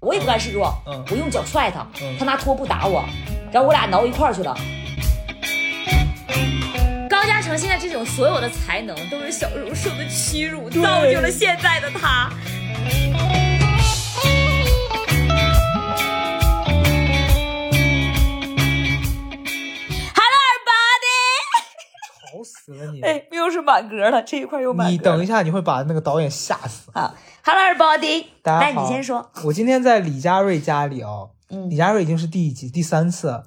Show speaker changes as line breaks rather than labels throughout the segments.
我也不敢示弱，
嗯
我用脚踹他，
嗯
他拿拖布打我，然后我俩挠一块儿去了。
高嘉诚现在这种所有的才能都是小柔顺的屈辱，
对
造就了现在的他。
吵死了你！
哎，又是满格了，这一块又满格。
你等一下，你会把那个导演吓死。
啊，Hello everybody，
大
那
家
你
好，
先说。
我今天在李佳瑞家里哦，
嗯
李佳瑞已经是第几第三次了，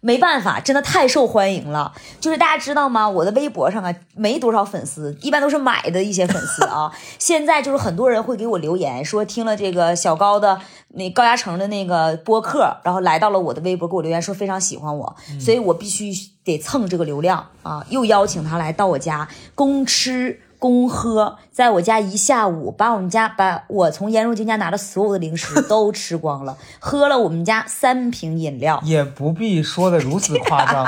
没办法，真的太受欢迎了。就是大家知道吗？我的微博上啊，没多少粉丝，一般都是买的一些粉丝啊。 现在就是很多人会给我留言说，听了这个小高的那高嘉诚的那个播客，然后来到了我的微博给我留言说非常喜欢我，所以我必须得蹭这个流量啊，又邀请他来到我家公吃。公喝，在我家一下午，把我们家把我从颜如晶家拿的所有的零食都吃光了，喝了我们家三瓶饮料，
也不必说的如此夸 张。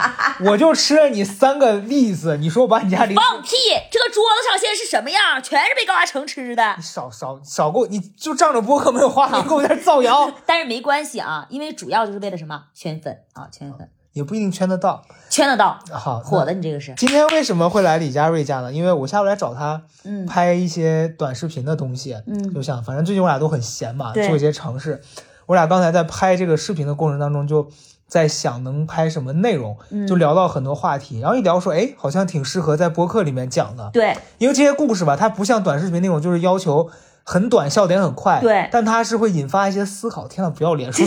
我就吃了你三个栗子，你说我把你家零
放屁！这个桌子上现在是什么样？全是被高嘉诚吃的。
少少少给我，你就仗着播客没有话题给我在这造谣，
但是没关系啊，因为主要就是为了什么圈粉啊，圈粉
也不一定圈得到。
圈得到，
好，那
火的你这个是，
今天为什么会来李佳瑞家呢？因为我下午来找他
嗯
拍一些短视频的东西，
嗯
就想反正最近我俩都很闲嘛，
对
做一些尝试。我俩刚才在拍这个视频的过程当中，就在想能拍什么内容，
嗯
就聊到很多话题，然后一聊说，哎，好像挺适合在播客里面讲的，
对
因为这些故事吧，它不像短视频那种就是要求很短，笑点很快，
对
但它是会引发一些思考。天呐，不要脸，说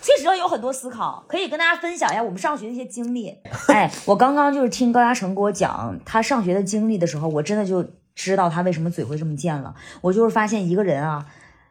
确实有很多思考，可以跟大家分享一下我们上学的一些经历。哎，我刚刚就是听高嘉诚给我讲他上学的经历的时候，我真的就知道他为什么嘴会这么贱了。我就是发现一个人啊，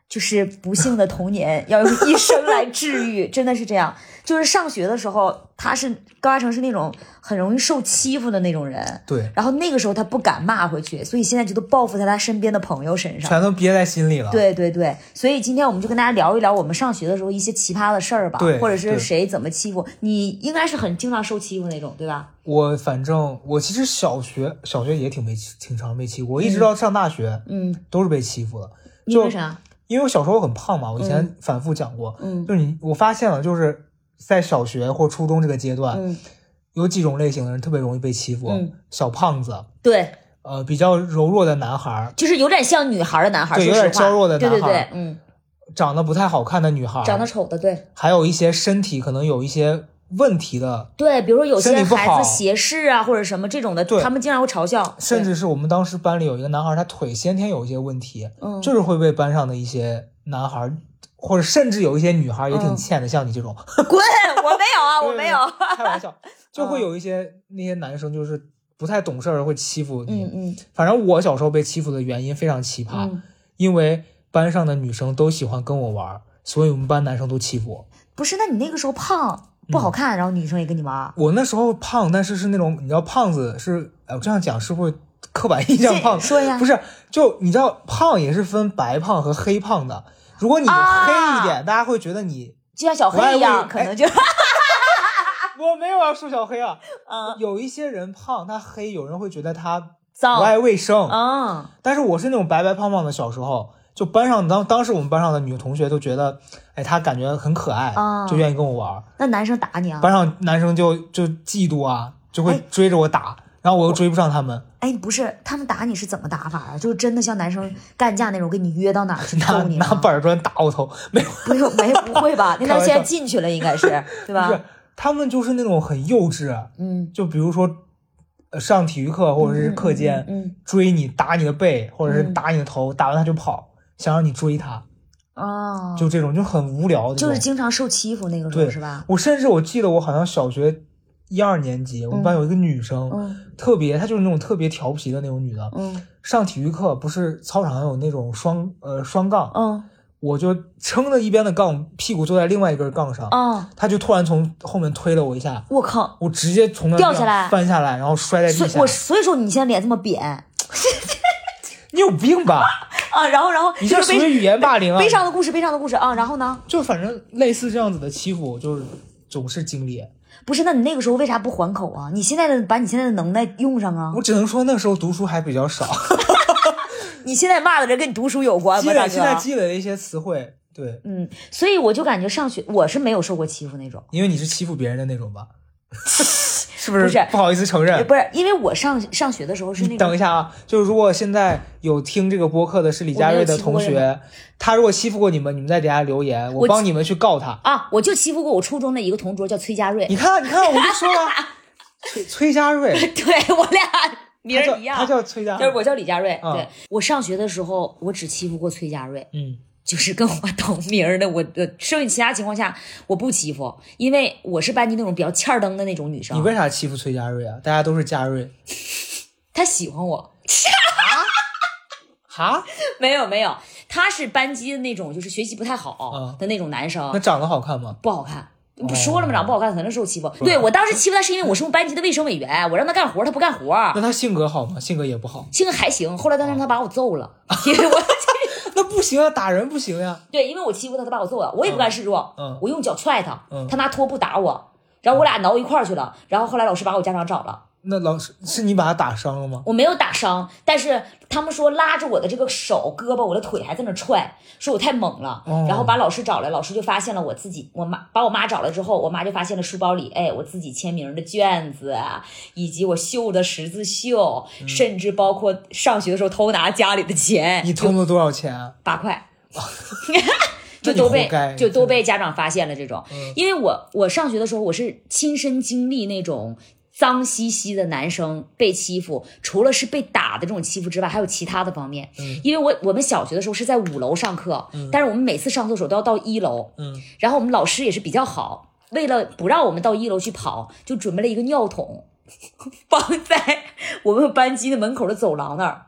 就是不幸的童年要用一生来治愈，真的是这样。就是上学的时候，他是高嘉诚是那种很容易受欺负的那种人。
对，
然后那个时候他不敢骂回去，所以现在就都报复在他身边的朋友身上。
全都憋在心里了。，
对对对，所以今天我们就跟大家聊一聊我们上学的时候一些奇葩的事儿吧，
对
或者是
对
谁怎么欺负你，应该是很经常受欺负那种，对吧？
我反正我其实小学小学也挺被欺，挺常被欺负，我一直到上大学、
嗯，
都是被欺负的。
因
就
为啥？
因为我小时候很胖嘛，我以前反复讲过，
嗯
就是你我发现了，就是在小学或初中这个阶段，
嗯，
有几种类型的人特别容易被欺负，
嗯
小胖子，
对，
呃，比较柔弱的男孩儿，
就是有点像女孩儿的男孩儿，
对
说
有
实
点
话
娇弱的
对对
男孩啊
对
儿，
嗯，
长得不太好看的女孩儿，
长得丑的，对
还有一些身体可能有一些问题的，
对，比如说有些
身体不
孩
好
子斜视啊或者什么这种的，
对
他们经常会嘲笑，
甚
对
至是我们当时班里有一个男孩，他腿先天有一些问题，
嗯，
就是会被班上的一些男孩，或者甚至有一些女孩也挺
嗯
欠的，像你这种，
滚，我没有啊，我没有，
开玩笑，就会有一些那些男生就是不太懂事儿，会欺
嗯
负你。
嗯
反正我小时候被欺负的原因非常奇葩，
嗯，
因为班上的女生都喜欢跟我玩儿，所以我们班男生都欺负我。
不是，那你那个时候胖不好
嗯
看，然后女生也跟你玩儿，
我那时候胖，但是是那种你知道胖子是，哎，我这样讲是不是刻板 印象胖？
说呀
不是，就你知道胖也是分白胖和黑胖的。如果你
啊
黑一点，大家会觉得你
就像小
我还
黑一样，
为
可能就
我没有要说小黑啊。
嗯
有一些人胖他黑，有人会觉得他不
脏，
爱卫生。
嗯。
但是我是那种白白胖胖的，小时候就班上当当时我们班上的女同学都觉得，哎，她感觉很可爱，
啊
就愿意跟我玩儿。
那男生打你啊？
班上男生就就嫉妒啊，就会
哎
追着我打，然后我又追不上他们。
哎，不是，他们打你是怎么打法啊？就是真的像男生干架那种，给你约到哪儿去
拿
揍你吗
拿板砖打我头，没有，
不用，没不会 吧？那
开
他
玩
现在
笑
进去了，应该 是对
不
吧
是？，他们就是那种很幼稚，
嗯，
就比如说，呃上体育课或者是
嗯
课间、
嗯
追你，打你的背，或者是
嗯
打你的头，打完他就跑，想让你追他，
哦，
就这种就很无聊的这
就
种。
是经常受欺负那个时候
对
是吧？
我甚至我记得我好像小学一二年级，我们班有一个女生，
嗯
特别她就是那种特别调皮的那种女的。
嗯
上体育课不是操场上有那种双呃双杠，
嗯
我就撑着一边的杠，屁股坐在另外一根杠上，
哦，
她就突然从后面推了我一下，
我靠！
我直接从那
掉下来
翻下来，然后摔在
所
地
以
下
我。所以说你现在脸这么扁啊，
你有病吧？
然后然后
你这
就是
属
悲
于语言霸凌啊！
悲伤的故事，悲伤的故事啊，然后呢？
就反正类似这样子的欺负，我就是总是经历。
不是，那你那个时候为啥不还口啊？你现在的把你现在的能耐用上啊！
我只能说那时候读书还比较少，
你现在骂的人跟你读书有关吗，
积
大
累
哥？
现在积累了一些词汇，对，
嗯，所以我就感觉上学我是没有受过欺负那种，
因为你是欺负别人的那种吧？ 是不
不 是
不好意思承认？
不是因为我上上学的时候是那种
等嗯一下啊，就是如果现在有听这个播客的是李佳瑞的同
我没有欺负过
学，他如果欺负过你们，你们在底下留言，我
我
帮你们去告他。
啊，我就欺负过我初中的一个同桌叫崔佳瑞
你，看，你看，我就说了，崔崔佳 瑞，
对我 俩名
他叫
儿一样，
他叫崔佳
就是
瑞，
我叫李佳瑞。
嗯
对我上学的时候，我只欺负过崔佳瑞，
嗯，
就是跟我同名儿的。我呃，剩下其他情况下我不欺负，因为我是班级那种比较欠儿登的那种女
你
生。
为啥欺负崔佳瑞啊？大家都是佳瑞
她喜欢我，
哈，
没有没有，她是班级的那种就是学习不太好
嗯
的那种男生，
那长得好看吗？
不好看。
哦
不说了吗？长得不好看，可能受欺负。对我当时欺负她是因为我是我们班级的卫生委员， 我让她干活，她不干活。
那他性格好吗？性格也不好，
性格还行，后来但是她把我揍了，
哦
因为我
那不行啊，打人不行呀、
对，因为我欺负他，他把我揍了，我也不甘示弱，
嗯
我用脚踹他，
嗯
他拿拖布打我，然后我俩挠一块儿去了，然后后来老师把我家长找了，
那老师是你把他打伤了吗？
我没有打伤，但是他们说拉着我的这个手、胳膊、我的腿还在那踹，说我太猛了，
哦
然后把老师找来，老师就发现了我自己，我妈把我妈找来之后，我妈就发现了书包里，哎，我自己签名的卷子啊，以及我绣的十字绣，甚至包括上学的时候偷拿家里的钱，
你偷了多少钱、啊？
八块，
那
就
你
都
活
被
该嗯
就都被家长发现了这种。因为我我上学的时候，我是亲身经历那种脏兮兮的男生被欺负，除了是被打的这种欺负之外，还有其他的方面。
嗯
因为我我们小学的时候是在五楼上课，但是我们每次上厕所都要到一楼，
嗯，
然后我们老师也是比较好。为了不让我们到一楼去跑，就准备了一个尿桶， 放在我们班级的门口的走廊那儿。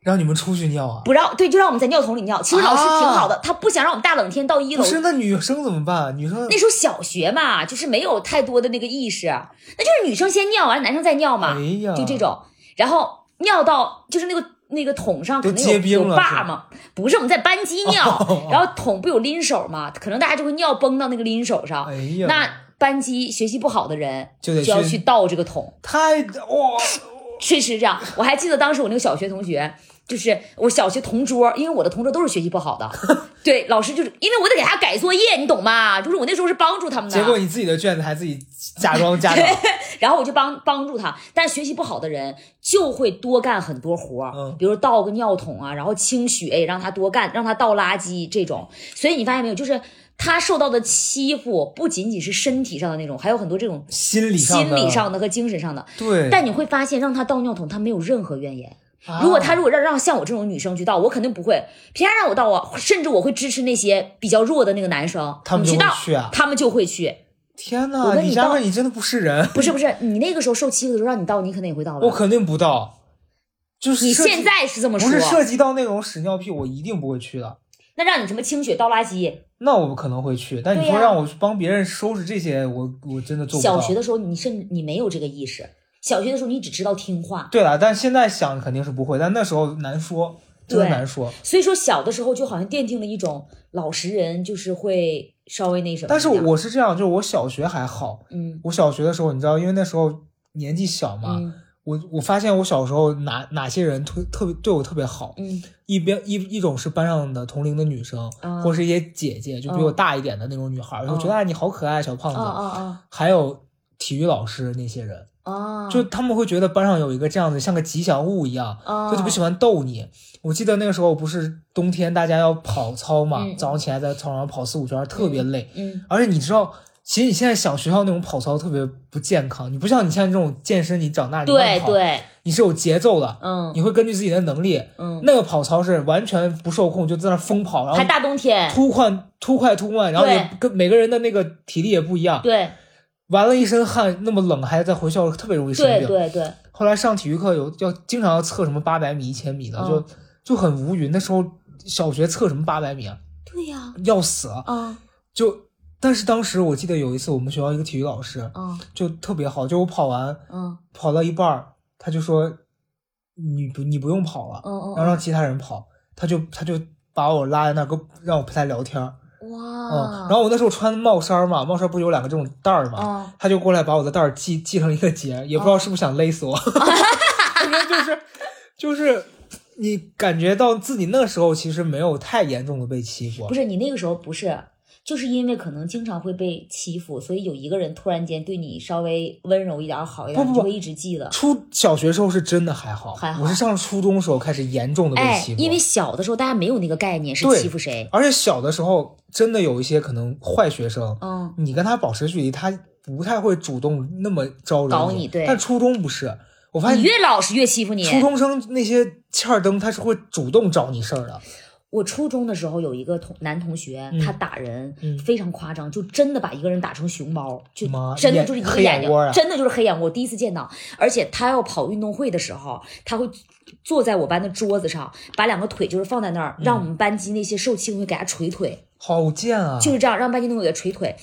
让你们出去尿啊？
不让对，就让我们在尿桶里尿。其实老师挺好的，他不想让我们大冷天到一楼
啊不。是，那女生怎么办？女生
那时候小学嘛，就是没有太多的那个意识，那就是女生先尿完，男生再尿嘛，
哎呀
啊就这种。然后尿到就是那个那个桶上可
都
能
结
有
冰
有
了是
坝
吧
嘛，不是我们在班级尿，
哦
然后桶不有拎手嘛，可能大家就会尿崩到那个拎手上。
哎呀
那班级学习不好的人
就得
要
去
去倒这个桶。
太哇，
确实这样。我还记得当时我那个小学同学，就是我小学同桌，因为我的同桌都是学习不好 的，对，老师就是因为我得给他改作业，你懂吗？就是我那时候是帮助他们的，
结果你自己的卷子还自己假装家长，
然后我就帮帮助他。但学习不好的人就会多干很多活儿，
嗯
比如倒个尿桶啊，然后清雪也让他多干，让他倒垃圾这种。所以你发现没有，就是他受到的欺负不仅仅是身体上的那种，还有很多这种
心理上
心
的
理上的和精神上的。
对，
但你会发现，让他倒尿桶，他没有任何怨言。
啊
如果他如果让让像我这种女生去倒，我肯定不会，凭啥让我倒啊？甚至我会支持那些比较弱的那个男生，
他们
你
就
去
会
倒，
去啊
他们就会去。
天
我
哪，
跟你
李佳
到
慧你真的不是人，
不是不是，你那个时候受欺负的时候让你倒，你肯定也会倒吧？
我肯定不到，就是
你
涉及
现在是这么
不
说，
是涉及到那种屎尿屁，我一定不会去的。
那让你什么清雪倒垃圾？
那我可能会去，但你
对呀
说让我去帮别人收拾这些，我我真的做不到。
小学的时候你甚至你没有这个意识，小学的时候你只知道听话，
对了，但现在想肯定是不会，但那时候难说，真的
对
难说。
所以说小的时候就好像奠定了一种老实人就是会稍微那什么一点。
但是我是这样，就是我小学还好，
嗯
我小学的时候，你知道，因为那时候年纪小嘛，
嗯
我我发现我小时候哪哪些人特特别对我特别好，
嗯
一边一一种是班上的同龄的女生，
啊
或是一些姐姐，就比
嗯
我大一点的那种女孩，就觉得、
嗯
啊你好可爱，小胖
啊
子。
啊
还有体育老师那些人，
啊啊，
就他们会觉得班上有一个这样的像个吉祥物一样，
啊
就特别喜欢逗你。我记得那个时候不是冬天大家要跑操嘛，
嗯
早上起来在操场上跑四五圈，特别累。
嗯
而且你知道，其实你现在想学校那种跑操特别不健康，你不像你现在这种健身，你长大你慢
对
跑，
对
你是有节奏的，
嗯
你会根据自己的能力。
嗯，
那个跑操是完全不受控，就在那疯跑，然
还
后
大冬天，
突快突快突慢，然后也跟每个人的那个体力也不一样，
对
完了一身汗，那么冷还在回校特别容易生
对
病。
对对，
后来上体育课有要经常要测什么八百米、一千米的，
嗯
就就很无语。那时候小学测什么八百米啊，
对呀，
要死啊！
啊
就但是当时我记得有一次我们学校一个体育老师
啊
就特别好，就我跑完
嗯
跑到一半儿，他就说你不你不用跑了，
嗯嗯
然后让其他人跑，他就他就把我拉在那儿跟让我陪他聊天儿，嗯，
哇，
然后我那时候穿帽衫儿嘛，帽衫儿不是有两个这种带儿嘛，
啊
他就过来把我的带儿系
哦
系成一个结，也不知道是不是想勒死我，反正就是就是你感觉到自己那时候其实没有太严重的被欺负
不，是你那个时候不是，就是因为可能经常会被欺负，所以有一个人突然间对你稍微温柔一点、好一点，
不不
你就
不
会一直记得。
初小学时候是真的还好，
还好
我是上初中时候开始严重的被
哎
欺，负，
因为小的时候大家没有那个概念是
对
欺负谁，
而且小的时候真的有一些可能坏学生，
嗯，
你跟他保持距离，他不太会主动那么招惹
搞你对
但初中不是，我发
你
现
越老实越欺负你。
初中生那些欠儿灯，他是会主动找你事儿的。
我初中的时候有一个同男同学，
嗯
他打人、
嗯
非常夸张，就真的把一个人打成熊猫，就
妈
真的
眼
就是一个
黑
眼
眼
睛，
窝啊
真的就是黑眼窝。我第一次见到，而且他要跑运动会的时候，他会坐在我班的桌子上，把两个腿就是放在那儿，让我们班级那些受气的同学给他捶腿，
好贱嗯啊！
就是这样让班级同学给他捶腿。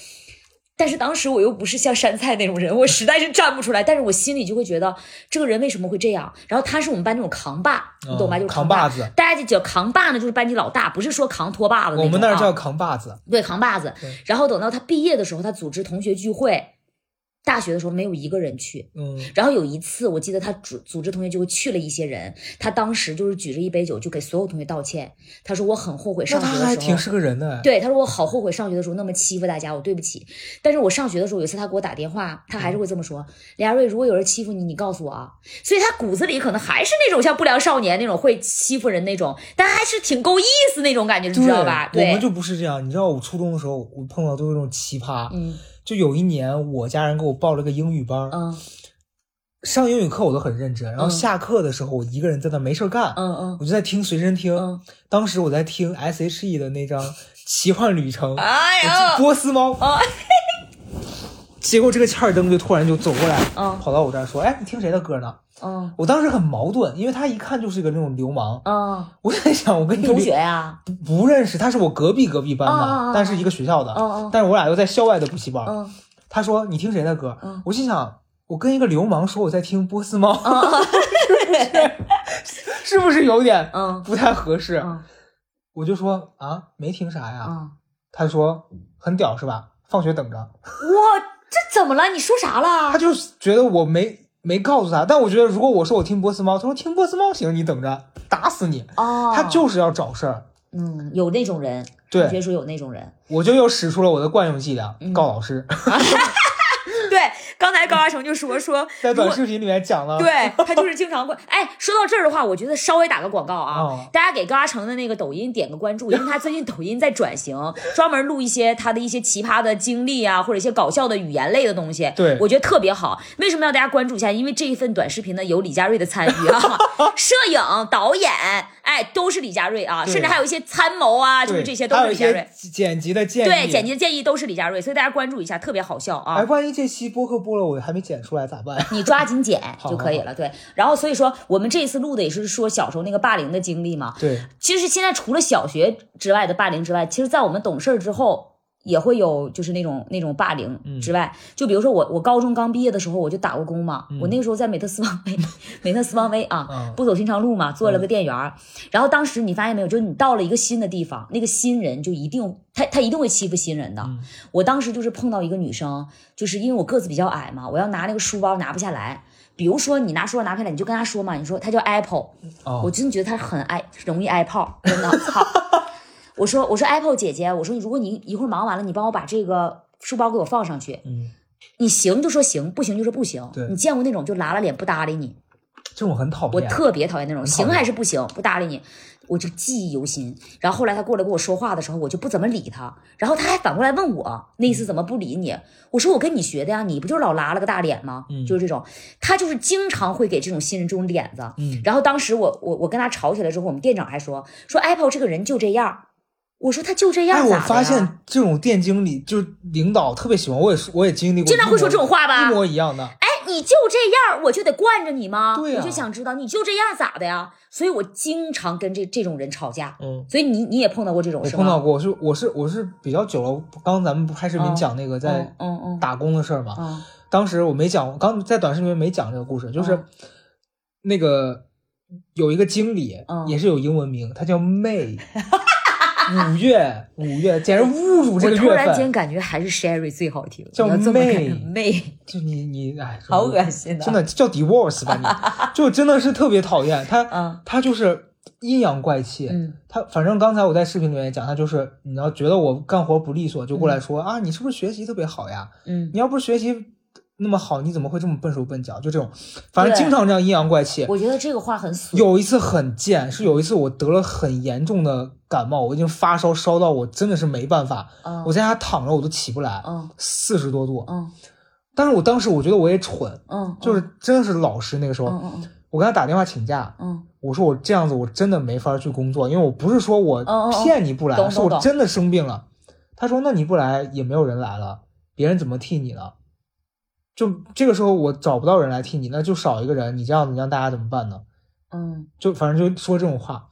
但是当时我又不是像山菜那种人，我实在是站不出来。但是我心里就会觉得这个人为什么会这样？然后他是我们班那种扛把，你懂吧？
嗯
就是
扛
把
把子，
大家就叫扛把呢，就是班级老大，不是说扛拖把子
我们
那种
那儿
啊
叫扛把子。
对扛把子
对。
然后等到他毕业的时候，他组织同学聚会，大学的时候没有一个人去。
嗯，
然后有一次，我记得他组组织同学聚会去了一些人，他当时就是举着一杯酒就给所有同学道歉，他说我很后悔
那
上学
他
的时候。
还挺是个人的。
对，他说我好后悔上学的时候那么欺负大家，我对不起。但是我上学的时候，有一次他给我打电话，他还
嗯
是会这么说：“梁瑞，如果有人欺负你，你告诉我啊。”所以他骨子里可能还是那种像不良少年那种会欺负人那种，但还是挺够意思那种感觉，你
对，
知道吧？
我
对
们，就不是这样。你知道，我初中的时候，我碰到都是那种奇葩。
嗯
就有一年，我家人给我报了个英语班儿，
嗯
上英语课我都很认真，然后
嗯
下课的时候，我一个人在那没事儿干，
嗯嗯
我就在听随身听。
嗯，
当时我在听 S.H.E 的那张《奇幻旅程》，
哎
我记
呦，
波斯猫。
哦
结果这个切尔登就突然就走过来，
嗯
跑到我这儿说：“哎，你听谁的歌呢
嗯？”
我当时很矛盾，因为他一看就是一个那种流氓。
嗯，
我就在想，我跟
你
你
同学呀、
不不认识，他是我隔壁隔壁班
啊啊啊
嘛，
啊
但是一个学校的
嗯嗯，
但是我俩又在校外的补习班。
嗯
他说：“你听谁的歌
嗯？”
我心想，我跟一个流氓说我在听波斯猫， 是不是有点
嗯
不太合适？
嗯
我就说啊，没听啥呀。
嗯，
他说很屌是吧？放学等着。
哇，这怎么了？你说啥
他
了？
就觉得我没没告诉他，但我觉得如果我说我听波斯猫，他说听波斯猫行，你等着打死你，
哦，
他就是要找事儿。
嗯，有那种人，
对
同学说有那种人。
我就又使出了我的惯用伎俩，
嗯
告老 师，
对，刚才高亚成就说说，
在
如
短
果
视啊频里面讲 了，，
对啊他就是经常会。哎，说到这儿的话，我觉得稍微打个广告啊，
哦
大家给高亚成的那个抖音点个关注，因为他最近抖音在转型，专门录一些他的一些奇葩的经历啊，或者一些搞笑的语言类的东西。
对
我觉得特别好。为什么要大家关注一下？因为这一份短视频呢，有李佳瑞的参与 啊，摄影、导演，哎，都是李佳瑞啊，
对
甚至还有一些参谋啊，就是
对，
这些都
还
是李佳
有一些
瑞。
剪辑的建议，
对，剪辑。的建议都是李佳瑞，所以大家关注一下，特别好笑啊。
哎，万一这期播客播了，我还没剪出来咋办？
你抓紧剪
好
就可以了。对，然后所以说我们这一次录的也是说小时候那个霸凌的经历嘛。
对，
其实现在除了小学之外的霸凌之外，其实在我们懂事儿之后。也会有就是那种那种霸凌
嗯
之外，就比如说我我高中刚毕业的时候我就打过工嘛，我那个时候在美特斯邦 威，美特斯邦威啊，
嗯
不走寻常路嘛，做了个店员儿。然后当时你发现没有，就是你到了一个新的地方，那个新人就一定他他一定会欺负新人的。
嗯
我当时就是碰到一个女生，就是因为我个子比较矮嘛，我要拿那个书包拿不下来。比如说你拿书包拿不下来，你就跟她说嘛，你说她叫 Apple，、
哦
我真觉得她很爱容易挨炮，真 的操。我说我说 Apple 姐姐，我说如果你一会儿忙完了，你帮我把这个书包给我放上去。
嗯，
你行就说行，不行就说不行
对。
你见过那种就拉拉脸不搭理你，
这种很讨
我
厌。
特别讨厌那种
讨
行
厌
还是不行，不搭理你，我就记忆犹新。然后后来他过来跟我说话的时候，我就不怎么理他，然后他还反过来问我那意
嗯
思怎么不理你？我说我跟你学的呀，你不就老拉了个大脸吗？
嗯
就是这种，他就是经常会给这种新人这种脸子。
嗯
然后当时我我我跟他吵起来之后，我们店长还说说 Apple 这个人就这样，我说他就这样
哎，
咋的
我
呀？
发现这种店经理就是领导特别喜欢，我也是我也经历过一模，
经常会说这种话吧
一模一样的。
哎，你就这样，我就得惯着你吗？
对呀啊
我就想知道你就这样咋的呀？所以我经常跟这这种人吵架。
嗯，
所以你你也碰到过这种
我
是
碰到
吗？
过，我是我是我是比较久了。刚刚咱们不拍视频
嗯
讲那个在
嗯嗯嗯
打工的事儿嘛，
嗯
当时我没讲，刚在短视频没讲这个故事，就是
嗯
那个有一个经理
嗯
也是有英文名，他叫 May，五月五月简直侮辱这
我
个
突
月
然间
份，
感觉还是 Sherry 最好听，
叫
你要这么
妹
看妹，
就你你哎，
好恶心的。啊
真的叫 divorce 吧你，就真的是特别讨厌他，
嗯
他就是阴阳怪气。
嗯
他反正刚才我在视频里面也讲，他就是你要觉得我干活不利索，就过来说、啊，你是不是学习特别好呀？
嗯，
你要不是学习那么好，你怎么会这么笨手笨脚？就这种，反正
对
经常这样阴阳怪气。
我觉得这个话很损。
有一次很贱，是有一次我得了很严重的感冒，我已经发烧烧到我真的是没办法，
嗯
我在家躺着我都起不来，
嗯
四十多度。
嗯
但是我当时我觉得我也蠢，
嗯，
就是是真是老实那个时候，
嗯嗯
我跟他打电话请假，
嗯
我说我这样子我真的没法去工作，因为我不是说我
嗯嗯嗯
骗你不来，
懂懂
是我
懂
真的生病了。他说那你不来也没有人来了，别人怎么替你呢？就这个时候我找不到人来替你，那就少一个人，你这样子你让大家怎么办呢？
嗯嗯，
就反正就说这种话。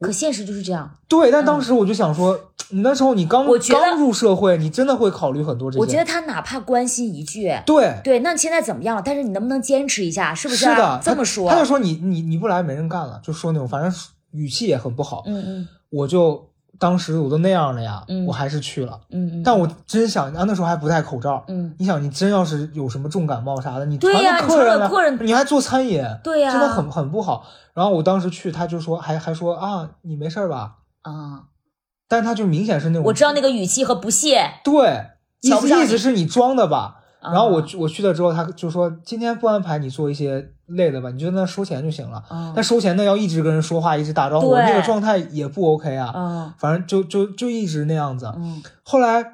可现实就是这样。
对，但当时我就想说，你那时候你刚
嗯我觉得
刚入社会，你真的会考虑很多这些。
我觉得他哪怕关心一句，
对，
对，那你现在怎么样了？但是你能不能坚持一下？是不
是
啊
的，
这
他
么说，
他就说你你你不来没人干了，就说那种，反正语气也很不好。
嗯嗯
我就当时我都那样了呀，
嗯
我还是去了。
嗯嗯，
但我真想啊，那时候还不戴口罩。
嗯，
你想，你真要是有什么重感冒啥的，你
对
传
呀
给
你
客
传
人
给
了，
客人
你还做餐饮，
对呀
真的很很不好。然后我当时去，他就说，还还说啊，你没事儿吧？
啊，
但是他就明显是那种，
我知道那个语气和不屑。
对，意
瞧不
思
上
意
你
思是你装的吧？然后我
啊
去我去了之后，他就说今天不安排你做一些累的吧，你就在那收钱就行了。
啊
但收钱的要一直跟人说话，一直打招呼，
对
那个状态也不 OK 啊。
啊
反正就就就一直那样子。
嗯
后来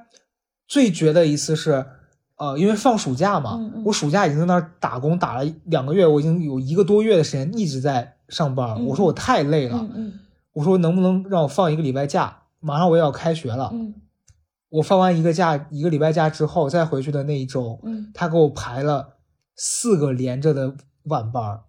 最绝的一次是，呃，因为放暑假嘛，
嗯嗯
我暑假已经在那儿打工打了两个月，我已经有一个多月的时间一直在上班。
嗯
我说我太累了，
嗯嗯
我说能不能让我放一个礼拜假？马上我也要开学了，
嗯
我放完一个假一个礼拜假之后再回去的那一周，
嗯，
他给我排了四个连着的晚班
啊
儿，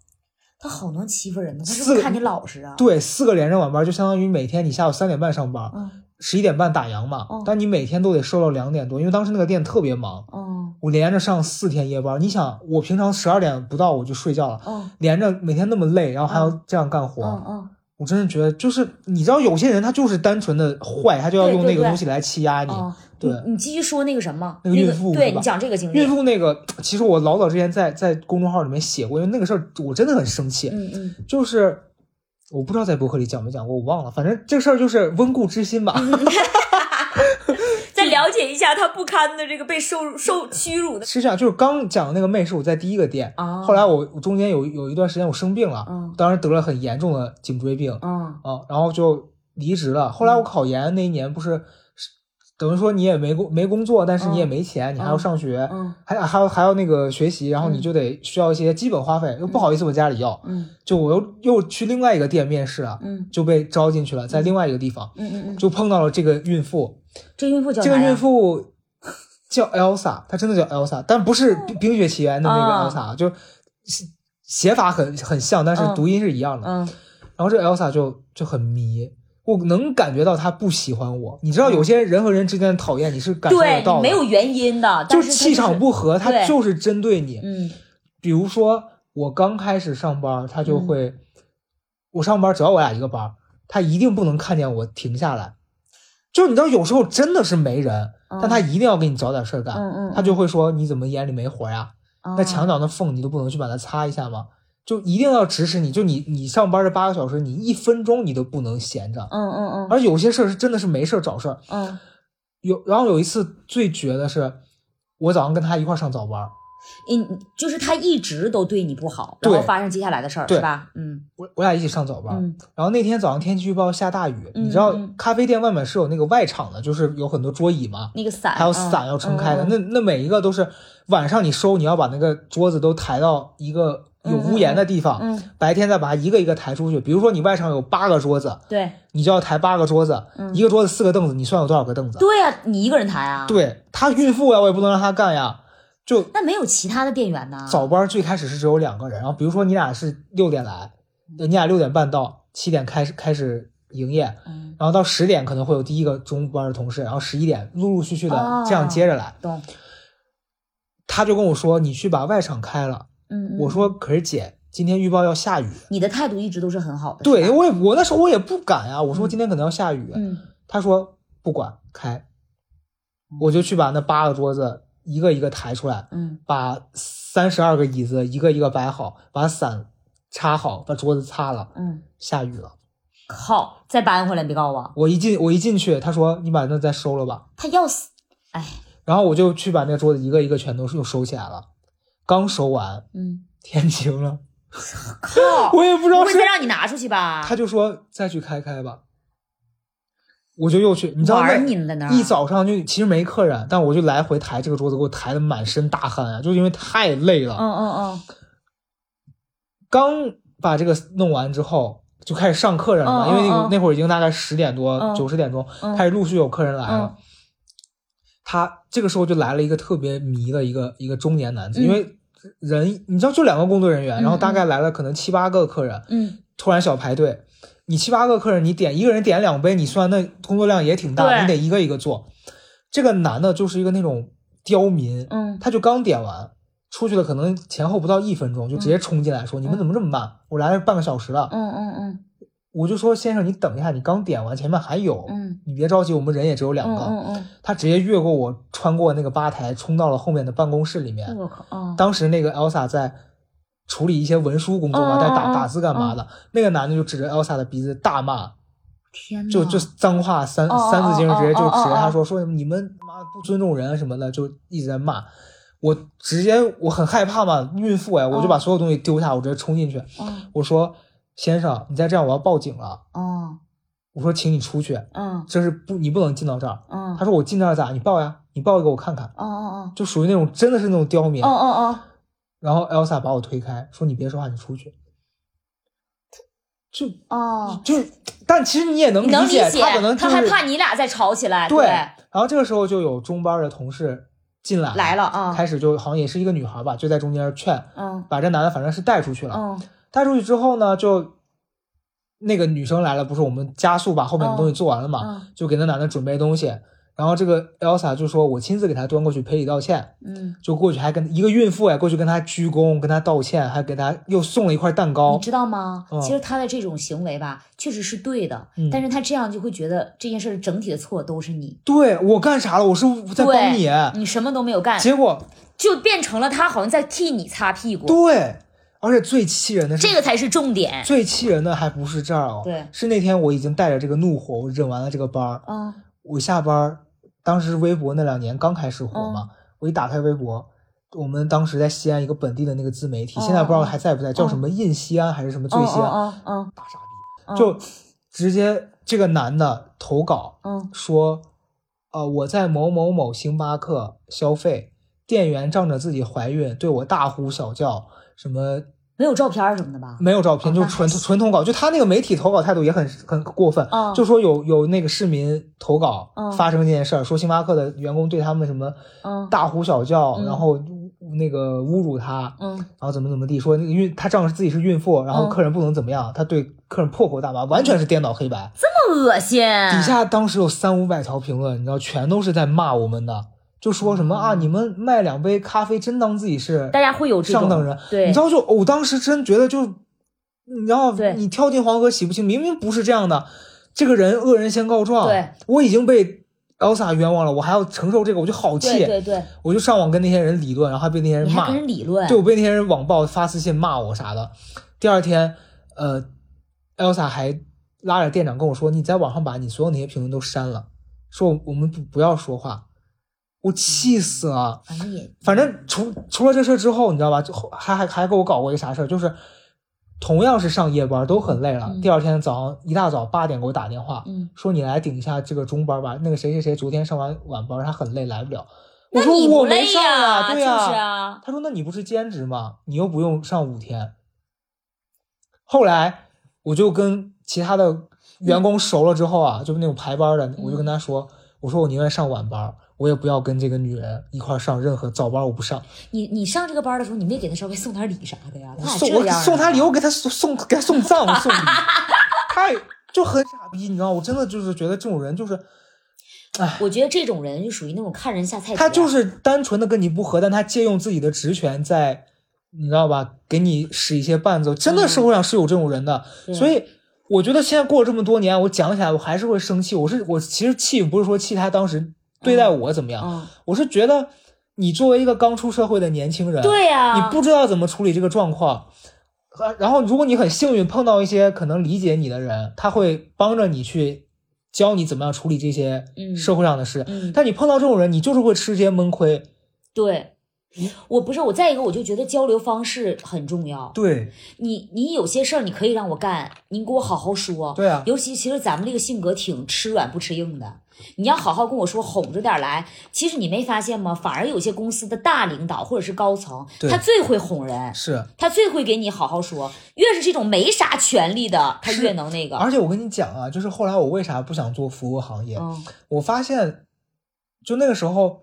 他好能欺负人呢，他是
四
不
个
是看你老实啊？
对，四个连着晚班儿就相当于每天你下午三点半上班儿，
嗯，
十一点半打烊嘛，
哦
但你每天都得收到两点多，因为当时那个店特别忙，
哦
我连着上四天夜班。你想，我平常十二点不到我就睡觉了，
哦
连着每天那么累，然后还要这样干
哦
活，
哦，
我真是觉得，就是你知道，有些人他就是单纯的坏，他就要
对
用
对
那个
对
东西来欺压你。
哦，
对
你你继续说那个什么，
那个
那
孕妇
对
是吧
你讲这个经历，
孕妇那个，其实我老早之前在在公众号里面写过，因为那个事儿我真的很生气。
嗯嗯，
就是我不知道在博客里讲没讲过，我忘了。反正这个事儿就是温故知新吧。
嗯 再了解一下他不堪的这个被受受屈 辱的
是这样，就是刚讲的那个妹是我在第一个店，
啊
后来我我中间有有一段时间我生病了，
嗯
当时得了很严重的颈椎病啊、
啊
然后就离职了。后来
嗯
我考研那一年不是，是等于说你也没工没工作，但是你也没钱，你还要上学，
嗯
还还要还要那个学习，然后你
嗯
就得需要一些基本花费，又不好意思我家里要，
嗯
就我又又去另外一个店面试了，
嗯
就被招进去了，在另外一个地方
嗯嗯嗯，
就碰到了这个孕妇，
这孕妇叫
这个
啥呀
孕妇叫 Elsa，她真的叫 Elsa，但不是《冰冰雪奇缘》的那个
哦啊
Elsa，、啊、就是写法很很像，但是
嗯
读音是一样的。
嗯
然后这 Elsa 就就很迷，我能感觉到她不喜欢我。你知道，有些人和人之间的讨厌，你是感受
对
得到
你没
的，
有原因的，
就
但是
是
他
气场
是
不合，她
对
就是针对你。
嗯
比如说，我刚开始上班，她
嗯
就会，我上班只要我俩一个班，她一定不能看见我停下来。就是你知道，有时候真的是没人，但她一定要给你找点事儿干。
嗯嗯，
他就会说你怎么眼里没活呀？
嗯
那墙角那缝你都不能去把它擦一下吗？就一定要指使你，就你你上班这八个小时，你一分钟你都不能闲着。
嗯嗯嗯
而有些事儿是真的是没事儿找事儿。
嗯，
有，然后有一次最绝的是，我早上跟他一块儿上早班儿，
嗯，就是他一直都对你不好，
对
然后发生接下来的事儿，
对
是吧？嗯
我我俩一起上早班儿。
嗯
然后那天早上天气预报下大雨，
嗯
你知道
嗯
咖啡店外面是有那个外场的，就是有很多桌椅嘛，
那个伞
还有伞要撑开的。
嗯嗯
那那每一个都是晚上你收，你要把那个桌子都抬到一个有屋檐的地方，
嗯嗯
白天再把它一个一个抬出去。比如说你外场有八个桌子，
对
你就要抬八个桌子，一个桌子四个凳子，你算有多少个凳子？
对呀、你一个人抬啊？，
对，她孕妇呀，我也不能让她干呀。就
那没有其他的店员呢？
早班最开始是只有两个人，然后比如说你俩是六点来，呃你俩六点半到，七点开始开始营业，
嗯，
然后到十点可能会有第一个中午班的同事，然后十一点陆陆续续的
哦
这样接着来。
懂，
他就跟我说：“你去把外场开了。
嗯，嗯
我说：“可是姐，今天预报要下雨。
你的态度一直都是很好的，是
对，
吧
我也我那时候我也不敢呀、我说今天可能要下雨。
嗯
他说：“不管开。”我就去把那八个桌子一个一个抬出来，
嗯
把三十二个椅子一个一个摆好，把伞插好，把桌子擦了。
嗯，
下雨了，
靠，再搬回来，别告诉我，
我一进我一进去，他说你把那再收了吧，
他要死，哎，
然后我就去把那桌子一个一个全都又收起来了。刚收完，
嗯，
天晴了，
靠，
我也不知
不
道
会
是
再让你拿出去吧？
他就说再去开开吧，我就又去，你知道
玩
那
儿你呢在那儿啊
一早上就其实没客人，但我就来回抬这个桌子，给我抬的满身大汗啊，就是因为太累了。
嗯嗯
刚把这个弄完之后，就开始上客人了嘛，
嗯
因为
嗯
那
嗯
个那会儿已经大概十点多
嗯
九十、点钟，
嗯
开始陆续有客人来了。
嗯
他这个时候就来了一个特别迷的一个一个中年男子，
嗯
因为人你知道就两个工作人员，
嗯
然后大概来了可能七八个客人，
嗯
突然小排队，你七八个客人，你点一个人点两杯，你算那工作量也挺大，
对
你得一个一个做。这个男的就是一个那种刁民，
嗯
他就刚点完出去了，可能前后不到一分钟就直接冲进来说：“你们怎么这么慢？我来了半个小时了。
嗯嗯嗯
我就说：“先生，你等一下，你刚点完，前面还有，
嗯
你别着急，我们人也只有
嗯
两个。
嗯
他直接越过我，穿过那个吧台，冲到了后面的办公室里面。
嗯，我靠，嗯
当时那个 Elsa 在处理一些文书工作
嗯
嘛，
嗯
在打
嗯
打字干嘛的。那个男的就指着 Elsa 的鼻子大骂，
天呐，
就就脏话三
哦哦
三字经直接就
哦哦
指
哦
着他
哦
说说你们他妈不尊重人什么的，就一直在骂。我直接我很害怕嘛，孕妇哎，我就把所有东西丢下，我直接冲进去。
嗯
我说先生，你再这样我要报警了。
嗯
我说请你出去，
嗯
这是不你不能进到这儿。
嗯，
他说我进这儿咋？你报呀，你报一个我看看。
哦哦
就属于那种真的是那种刁民
哦哦。哦哦，
然后 Elsa 把我推开，说你别说话，你出去。就
哦，
就，但其实你也能
你能
解，
解，
可能就是
他害怕你俩再吵起来，
对，然后这个时候就有中班的同事进来
来了啊，
开始就好像也是一个女孩吧，就在中间劝，
嗯
把这男的反正是带出去了。
嗯
带出去之后呢，就那个女生来了，不是我们加速把后面的东西做完了嘛，
嗯
就给那男的准备东西。然后这个 Elsa 就说：“我亲自给他端过去赔礼道歉。
嗯”，
就过去还跟一个孕妇哎过去跟他鞠躬，跟他道歉，还给他又送了一块蛋
你
糕。
知道吗？
嗯
其实他的这种行为吧，确实是对的
嗯，
但是他这样就会觉得这件事儿整体的错都是你，
对我干啥了？我是在帮你。
你什么都没有干，
结果
就变成了他好像在替你擦屁股，
对，而且最气人的是
这个才是重点。
最气人的还不是这儿哦，
对
是那天我已经带着这个怒火，我忍完了这个班儿，
嗯
我下班儿，当时微博那两年刚开始火
嗯
嘛，我一打开微博，我们当时在西安一个本地的那个自媒体，
哦
现在不知道还在不在，叫什么印西安还是什么最西安，
嗯嗯
大傻逼，
嗯
就直接这个男的投稿
嗯
说，呃，我在某某某星巴克消费，店员仗着自己怀孕对我大呼小叫，什么。
没有照片儿什么的吧？
没有照片，
哦
就
那还
纯纯投稿，就他那个媒体投稿态度也很很过分，
嗯
就说有有那个市民投稿
嗯
发生这件事儿，说星巴克的员工对他们什么
嗯
大呼小叫，
嗯
然后那个侮辱他，
嗯
然后怎么怎么地，说那个孕他仗着自己是孕妇，然后
嗯
客人不能怎么样，他对客人破口大骂，完全是颠倒黑白。
这么恶心，
底下当时有三五百条评论，你知道，全都是在骂我们的，就说什么
嗯
啊，你们卖两杯咖啡真当自己是
大家会有这种
上等人，
对，
你知道就我当时真觉得就，你知道
对
你跳进黄河洗不清，明明不是这样的，这个人恶人先告状，
对，
我已经被 Elsa 冤枉了，我还要承受这个，我就好气，
对对对，
我就上网跟那些人理论，然后还被那些人
你还
骂
跟，人理论，
对我被那些人网暴发私信骂我啥的，第二天，呃，Elsa 还拉着店长跟我说，你在网上把你所有那些评论都删了，说我我们不不要说话，我气死了。
反正也
反正除除了这事儿之后，你知道吧？就后还还还给我搞过一个啥事儿，就是同样是上夜班，都很累了。
嗯
第二天早上一大早八点给我打电话，
嗯，
说你来顶一下这个中班吧。那个谁谁谁昨天上完晚班，他很累来不了。我
那
说
你
我
不
没
累
上
呀、
对呀、
就是啊，
他说那你不是兼职吗？你又不用上五天。后来我就跟其他的员工熟了之后啊，就是那种排班的，我就跟他说，我说我宁愿上晚班，我也不要跟这个女人一块儿上任何早班，我不上。
你你上这个班的时候，你没给他稍微送点礼啥的呀？
我
他咋
送
这
我
样啊
送他礼，物，给他送送给他送葬送礼， 太就很傻逼，你知道吗，我真的就是觉得这种人就是，哎，
我觉得这种人就属于那种看人下菜碟，
他就是单纯的跟你不和，但他借用自己的职权在，你知道吧，给你使一些绊子，真的社会上是有这种人的，
嗯对
所以。我觉得现在过了这么多年，我讲起来我还是会生气。我是我其实气不是说气他当时对待我怎么样，
嗯，
我是觉得你作为一个刚出社会的年轻人，
对呀、啊
你不知道怎么处理这个状况，呃然后如果你很幸运碰到一些可能理解你的人，他会帮着你去教你怎么样处理这些
嗯
社会上的事。
嗯，
但你碰到这种人，你就是会吃这些闷亏。
对。我不是我，再一个我就觉得交流方式很重要。
对，
你你有些事儿你可以让我干，你给我好好说。
对啊
尤其其实咱们这个性格挺吃软不吃硬的，你要好好跟我说，哄着点儿来。其实你没发现吗？反而有些公司的大领导或者是高层，
对
他最会哄人，
是。
他最会给你好好说。越是这种没啥权利的，他越能那个。
而且我跟你讲啊，就是后来我为啥不想做服务行业？
嗯
我发现，就那个时候，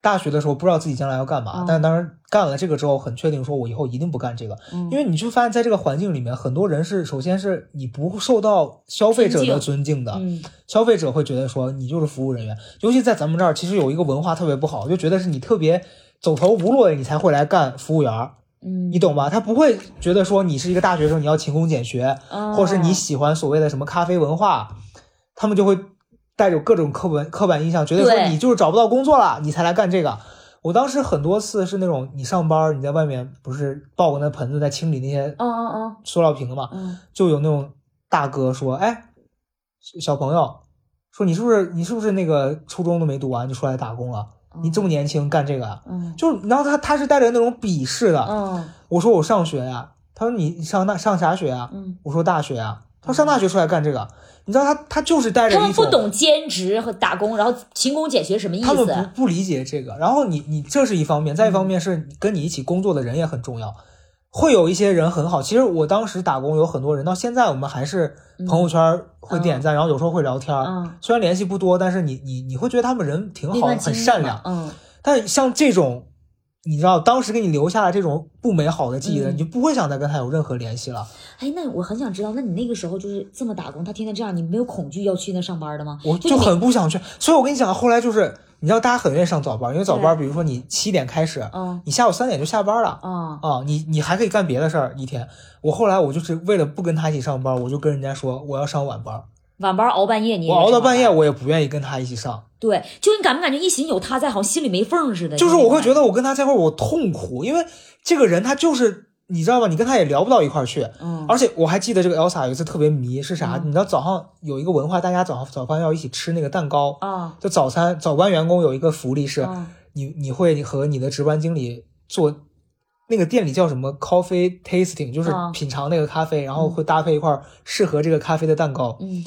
大学的时候不知道自己将来要干嘛，
嗯
但当然干了这个之后，很确定说我以后一定不干这个，
嗯
因为你就发现在这个环境里面，很多人是首先是你不受到消费者的
尊敬
尊敬的，
嗯，
消费者会觉得说你就是服务人员，尤其在咱们这儿，其实有一个文化特别不好，就觉得是你特别走投无路了，你才会来干服务员儿。
嗯
你懂吧？他不会觉得说你是一个大学生，你要勤工俭学，
哦
或是你喜欢所谓的什么咖啡文化，他们就会带着各种刻板刻板印象，觉得说
对
你就是找不到工作了，你才来干这个。我当时很多次是那种你上班你在外面不是抱个那盆子在清理那些
嗯嗯
塑料瓶嘛，
嗯
就有那种大哥说：“哎，小朋友，说你是不是你是不是那个初中都没读完就出来打工了？你
哦
这么年轻干这个啊？”
嗯
就是，然后他他是带着那种鄙视的，
嗯
我说我上学呀、他说你上大上啥学呀、
嗯，
我说大学呀、他说上大学出来干这个，你知道他他就是带着
他
一
们不
种，
懂兼职和打工，然后勤工俭学什么意
他们
思？啊
不不理解这个。然后你你这是一方面，再一方面是跟你一起工作的人也很重要，会有一些人很好。其实我当时打工有很多人，到现在我们还是朋友圈会点赞，然后有时候会聊天。
嗯，
虽然联系不多，但是你你你会觉得他们人挺
那
好，
段
很
经历
善
嘛
良。
嗯。
但像这种，你知道当时给你留下了这种不美好的记忆的，
嗯
你就不会想再跟他有任何联系了。
哎，那我很想知道，那你那个时候就是这么打工，他天天这样，你没有恐惧要去那上班的吗？
我
就
就
你
很不想去。所以我跟你讲，后来就是你知道，大家很愿意上早班，因为早班，比如说你七点开始，
嗯
你下午三点就下班了。
嗯
啊、你你还可以干别的事儿一天。我后来我就是为了不跟他一起上班，我就跟人家说我要上晚班，
晚班熬半夜你也
我熬到
上班
半夜，我也不愿意跟他一起上。
对，就你感不感觉一寻有他在，好像心里没缝儿似的？
就是
那
我
种
会
感
觉得我跟他在一块儿我痛苦，因为这个人他就是你知道吧，你跟他也聊不到一块儿去。
嗯
而且我还记得这个 Elsa 有一次特别迷是啥？
嗯
你知道早上有一个文化，大家早早饭要一起吃那个蛋糕，
啊
就早餐早班员工有一个福利是。
啊
你你会和你的值班经理做那个店里叫什么 coffee tasting，就是
啊
品尝那个咖啡，然后会搭配一块儿适合这个咖啡的蛋糕。
嗯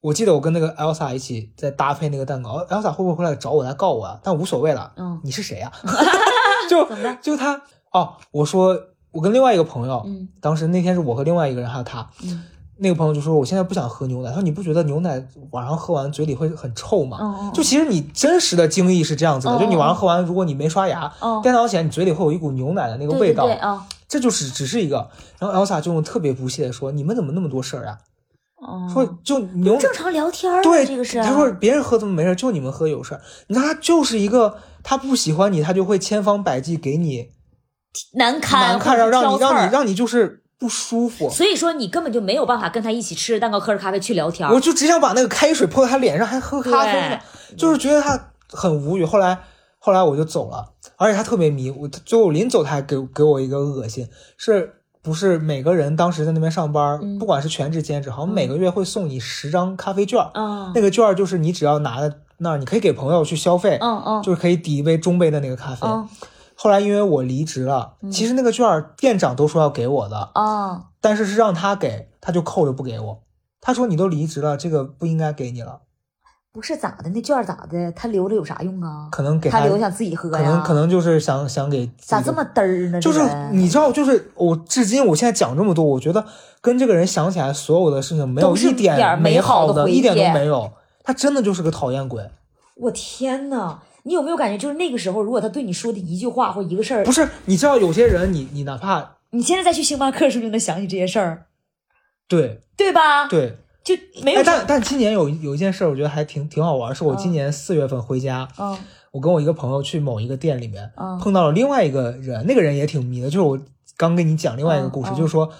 我记得我跟那个 Elsa 一起在搭配那个蛋糕，Elsa 会不会回来找我来告我啊？但无所谓了，
嗯
你是谁啊？ 就就他哦，我说我跟另外一个朋友，
嗯
当时那天是我和另外一个人还有他，
嗯
那个朋友就说我现在不想喝牛奶，他说你不觉得牛奶晚上喝完嘴里会很臭吗？
嗯
就其实你真实的经历是这样子的，
嗯
就你晚上喝完，如果你没刷牙，
嗯
第二天早上起来你嘴里会有一股牛奶的那个
对
味
对
道，
对啊
这就是只是一个。然后 Elsa 就用特别不屑的说：“你们怎么那么多事儿啊？
哦，
说就牛
正常聊天儿啊
对
这个是
他说别人喝怎么没事儿，就你们喝有事儿。你看他就是一个，他不喜欢你，他就会千方百计给你
难堪
难看，
或者
让
是
让你
挑刺
让
儿
你让你就是不舒服。
所以说你根本就没有办法跟他一起吃着蛋糕喝着咖啡去聊天儿。
我就只想把那个开水泼在他脸上，还喝咖啡呢，就是觉得他很无语。后来，后来我就走了，而且他特别迷，我最后我临走他还给给我一个恶心，是不是每个人当时在那边上班，
嗯
不管是全职兼职，好像每个月会送你十张咖啡券儿，
嗯
那个券儿就是你只要拿在那儿，你可以给朋友去消费，
嗯嗯
就是可以抵一杯中杯的那个咖啡。
嗯
后来因为我离职了，其实那个券儿店长都说要给我的，
啊
但是是让他给，他就扣着不给我。他说你都离职了，这个不应该给你了，
不是咋的，那券儿咋的？他留着有啥用啊？
可能给
他
他
留想自己喝
可
呀？
能可能就是想想给自己
咋
的
这么嘚儿呢？这
就是
人
你知道，就是我至今我现在讲这么多，我觉得跟这个人想起来所有的事情没有
都是
一
一点儿
点
美好
好
的回忆
一点都没有。他真的就是个讨厌鬼，
我天呐，你有没有感觉，就是那个时候，如果他对你说的一句话或一个事儿
不，是？你知道有些人你，你哪怕
你现在再去星巴克的时候就能想起这些事儿，
对
对吧？，
对，
就没有
哎，
什么。
但但今年有有一件事，我觉得还挺挺好玩，是我今年四月份回家，
嗯
我跟我一个朋友去某一个店里面，
嗯
碰到了另外一个人，那个人也挺迷的，就是我刚跟你讲另外一个故事，
嗯嗯
就是说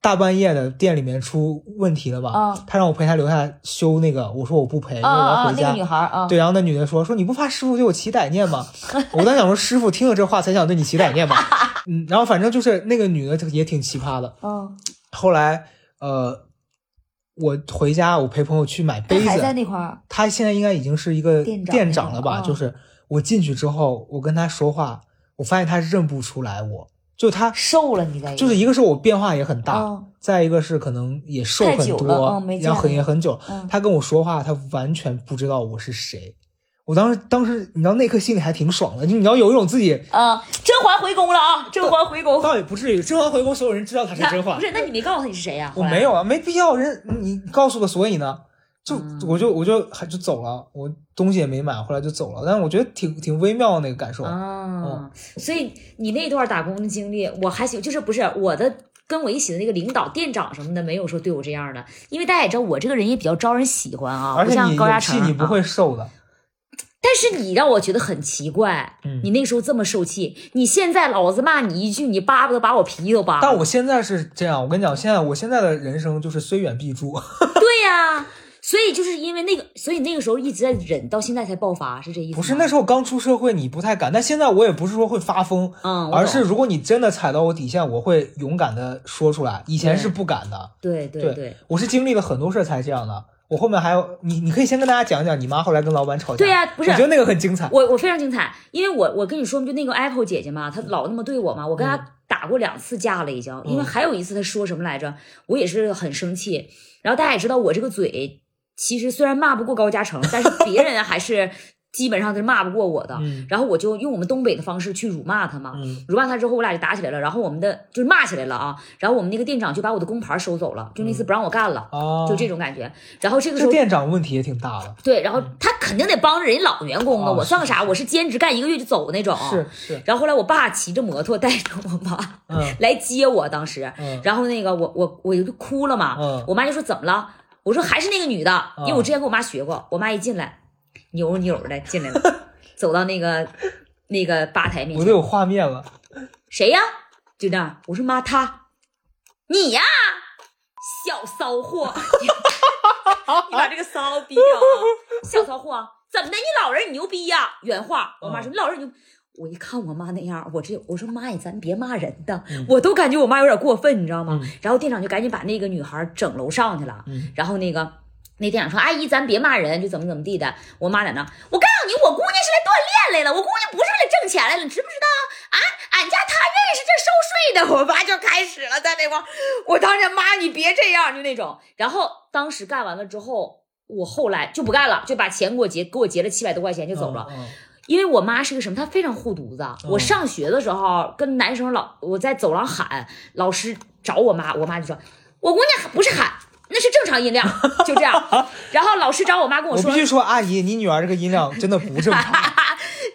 大半夜的店里面出问题了吧，
嗯
他让我陪他留下修那个，我说我不陪，因为
啊
我
啊
要
啊
回！
那
家。
个女孩儿啊，
对，然后那 女的说：“说你不怕师傅对我起歹念吗？” 我当时想说，师傅听了这话才想对你起歹念吧？嗯，然后反正就是那个女的也挺奇葩的。
嗯，
后来呃，我回家我陪朋友去买
他
杯
还在
子，
那块儿，
他现在应该已经是一个
店长
店长了吧？
那种嗯
就是我进去之后，我跟他说话，我发现他认不出来我，就他
瘦了你在
就是一个是我变化也很大，
嗯
再一个是可能也瘦
太
很
久
多，
了嗯没见
然后
过
很也很久。
嗯
他跟我说话，他完全不知道我是谁。我当时当时你知道那刻心里还挺爽的，就你知道有一种自己
啊，甄嬛回宫了啊，甄嬛回宫。
倒也不至于。甄嬛回宫，所有人知道她是
那
甄嬛
不，是，那你没告诉他你是谁呀、
我
后来嗯
没有啊，没必要。人你告诉个所以呢，就、我就我就还就走了，我东西也没买，后来就走了。但是我觉得挺挺微妙的那个感受。
啊，所以你那段打工的经历，我还行，就是不是我的。跟我一起的那个领导、店长什么的，没有说对我这样的，因为大家也知道我这个人也比较招人喜欢啊，
而
不
且
像
你
高
有
大
气
成、啊。
你不会瘦的，
但是你让我觉得很奇怪，
嗯
你那时候这么受气，你现在老子骂你一句，你巴不得把我皮都扒了。
但我现在是这样，我跟你讲，现在我现在的人生就是虽远 必诛。
对呀、所以就是因为那个，所以那个时候一直在忍，到现在才爆发，是这意思吗？
不是那时候刚出社会，你不太敢。但现在我也不是说会发疯，
嗯我懂
而是如果你真的踩到我底线，我会勇敢的说出来。以前
对
是不敢的，
对对
对我是经历了很多事儿才这样的。我后面还有你，你可以先跟大家讲讲你妈后来跟老板吵架。
对呀不是
我觉得那个很精彩。
我我非常精彩，因为我我跟你说，就那个 Apple 姐姐嘛，她老那么对我嘛，我跟
嗯
她打过两次架了已经，因为
嗯
还有一次她说什么来着，我也是很生气。然后大家也知道我这个嘴，其实虽然骂不过高嘉诚， 但是别人还是基本上是骂不过我的。
嗯
然后我就用我们东北的方式去辱骂他嘛，
嗯
辱骂他之后，我俩就打起来了，然后我们的就是骂起来了啊，然后我们那个店长就把我的工牌收走了，就那次不让我干了，
啊，
就这种感觉。然后这个时
这
候
店长问题也挺大的。
对，然后他肯定得帮着人家老员工啊，
哦
我算个啥？我是兼职干一个月就走那种。
是。是，
然后后来我爸骑着摩托带着我妈
嗯
来接我，当时，
嗯
然后那个我我我就哭了嘛，
嗯
我妈就说怎么了？我说还是那个女的，因为我之前跟我妈学过，我妈一进来扭着扭着的进来了，走到那个那个吧台面
我都
前，
有画面了。
谁呀？就这样，我说妈，她，你呀，小骚货。 你把这个骚逼啊，小骚货，啊怎么的？你老人你牛逼呀、原话，我妈说、
嗯
你老人牛。我一看我妈那样，我这我说妈呀，咱别骂人的，我都感觉我妈有点过分，你知道吗？
嗯
然后店长就赶紧把那个女孩整楼上去了，
嗯
然后那个。那店长说：“阿姨，咱别骂人，就怎么怎么地的。”我妈在那，我告诉你，我姑娘是来锻炼来了，我姑娘不是为了挣钱来了，你知不知道？啊，俺家她认识这收税的，我妈就开始了，在那块儿我当时妈，你别这样，就那种。然后当时干完了之后，我后来就不干了，就把钱给我结，给我结了七百多块钱就走了。
嗯。嗯
因为我妈是个什么，她非常护犊子。
嗯
我上学的时候跟男生老，我在走廊喊，老师找我妈，我妈就说，我姑娘不是喊，那是正常音量，就 这样。然后老师找我妈跟我
我
说
必，须说，阿姨，你女儿这个音量真的不 正常。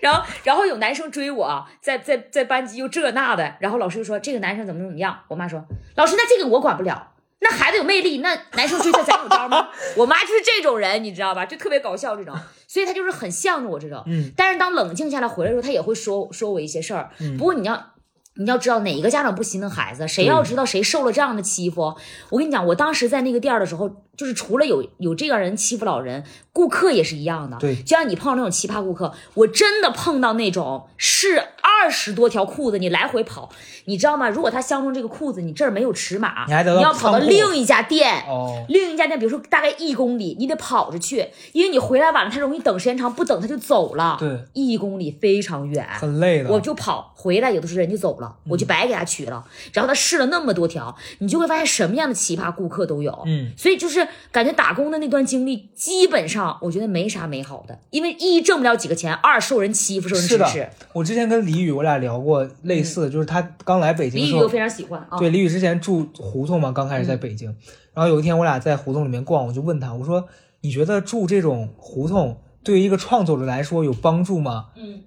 然后然后有男生追我，在在在班级又这那的，然后老师就说这个男生怎么怎么样，我妈说老师那这个我管不了。那孩子有魅力，那男生追他咱有招 吗？我妈就是这种人，你知道吧？就特别搞笑这种，所以她就是很向着我这种。
嗯，
但是当冷静下来回来的时候，她也会说说我一些事儿。
嗯
不过你要你要知道哪个家长不心疼孩子，谁要知道谁受了这样的欺负，我跟你讲，我当时在那个店儿的时候，就是除了有有这样人欺负老人，顾客也是一样的。
对
就像你碰到那种奇葩顾客，我真的碰到那种是二十多条裤子你来回跑，你知道吗？如果他相中这个裤子，你这儿没有尺码，
你还得到
要跑到
仓库
另一家店。
哦，
另一家店，比如说大概一公里，你得跑着去，因为你回来晚了，他容易等时间长，不等他就走了。
对，
一公里非常远，
很累的。嗯
我就跑回来，有的时候人就走了，我就白给他取了。然后他试了那么多条，你就会发现什么样的奇葩顾客都有。
嗯，
所以就是感觉打工的那段经历，基本上我觉得没啥美好的，因为一挣不了几个钱，二受人欺负、受人
是
指
的
使。
我之前跟李宇我俩聊过类似的，就是他刚来北京的
嗯李
时
宇又
候，
非常嗯喜欢啊，
对李宇之前住胡同嘛，刚开始在北京，然后有一天我俩在胡同里面逛，我就问他，我说你觉得住这种胡同对于一个创作者来说有帮助吗？
嗯，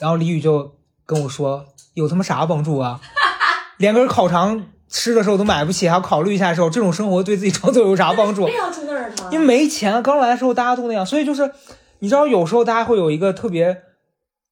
然后李宇就跟我说，有他妈啥帮助啊？ 连根烤肠吃的时候都买不起，还要考虑一下的时候，这种生活对自己创作有啥帮助？
要住那儿吗？
因为没钱啊，刚来的时候大家都那样，所以就是你知道，有时候大家会有一个特别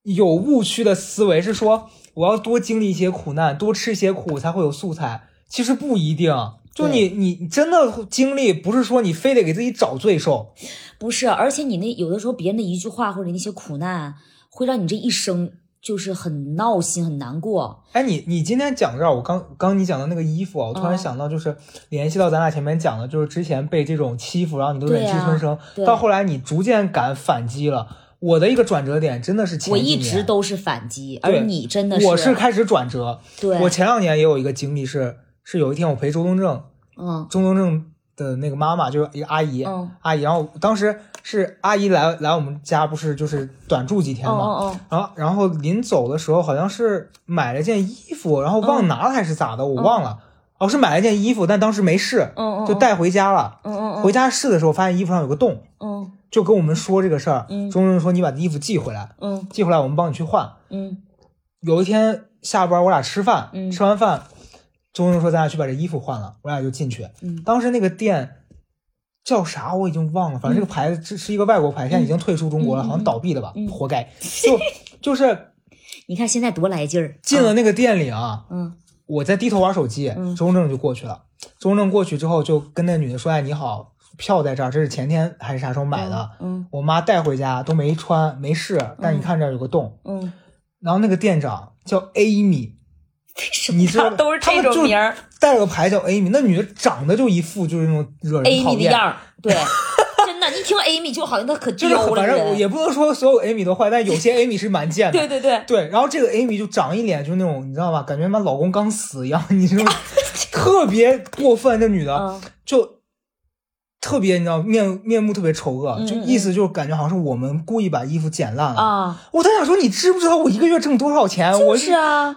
有误区的思维，是说我要多经历一些苦难，多吃一些苦才会有素材。其实不一定，啊就你你你真的经历，不是说你非得给自己找罪受。
不是，而且你那有的时候别人的一句话或者那些苦难，会让你这一生就是很闹心，很难过。
哎，你你今天讲这儿，我刚刚你讲的那个衣服啊，我突然
嗯
想到，就是联系到咱俩前面讲的，就是之前被这种欺负，然后你都
对
忍气
呀
吞声，
对
到后来你逐渐敢反击了。我的一个转折点真的是前
我
几
一
年，
直都是反击，
对
而你真的是，
我是开始转折。
对，
我前两年也有一个经历是，是有一天我陪周东正，
嗯
周东正的那个妈妈就是一个阿姨，
嗯
阿姨，然后当时是阿姨来来我们家，不是就是短住几天
哦
嘛，
哦
然后啊然后临走的时候好像是买了件衣服，然后忘拿了还是咋的，我忘了。哦，是买了件衣服，但当时没试，
嗯嗯
就带回家了。
嗯嗯
回家试的时候发现衣服上有个洞，
嗯
就跟我们说这个事儿。
嗯
钟正说你把衣服寄回来，
嗯
寄回来我们帮你去换。
嗯
有一天下班我俩吃饭，
嗯
吃完饭，钟正说咱俩去把这衣服换了，我俩就进去。
嗯
当时那个店叫啥我已经忘了，反正这个牌子是是一个外国牌，现在已经退出中国了，
嗯嗯嗯
好像倒闭了吧，
嗯
活该。就 就是
你看现在多来劲儿，
进了那个店里啊，
嗯
我在低头玩手机，
嗯
周正就过去了。周正过去之后就跟那女的说：“哎，你好，票在这儿，这是前天还是啥时候买的？
嗯
我妈带回家都没穿，没试，但你看这儿有个洞。
嗯，
然后那个店长叫 Amy，你知 道
都是这种名儿
带了个牌叫 Amy，那女的长得就一副就是那种惹人讨
，Amy 的
厌
样。儿，对，真的，你一听 Amy 就好像她可
就
丢
是
了
反
人
正也不能说所有 Amy 都坏，但有 些 Amy 是蛮贱的。
对对对，
对，然后这个 Amy 就长一脸就是那种你知道吧，感觉妈老公刚死一样，你这种特别过分，这女的
嗯
就特别你知道面面目特别丑恶，
嗯
就
嗯
意思就是感觉好像是我们故意把衣服剪烂了。
啊，
我在想说，你知不知道我一个月挣多少钱？我
就是啊，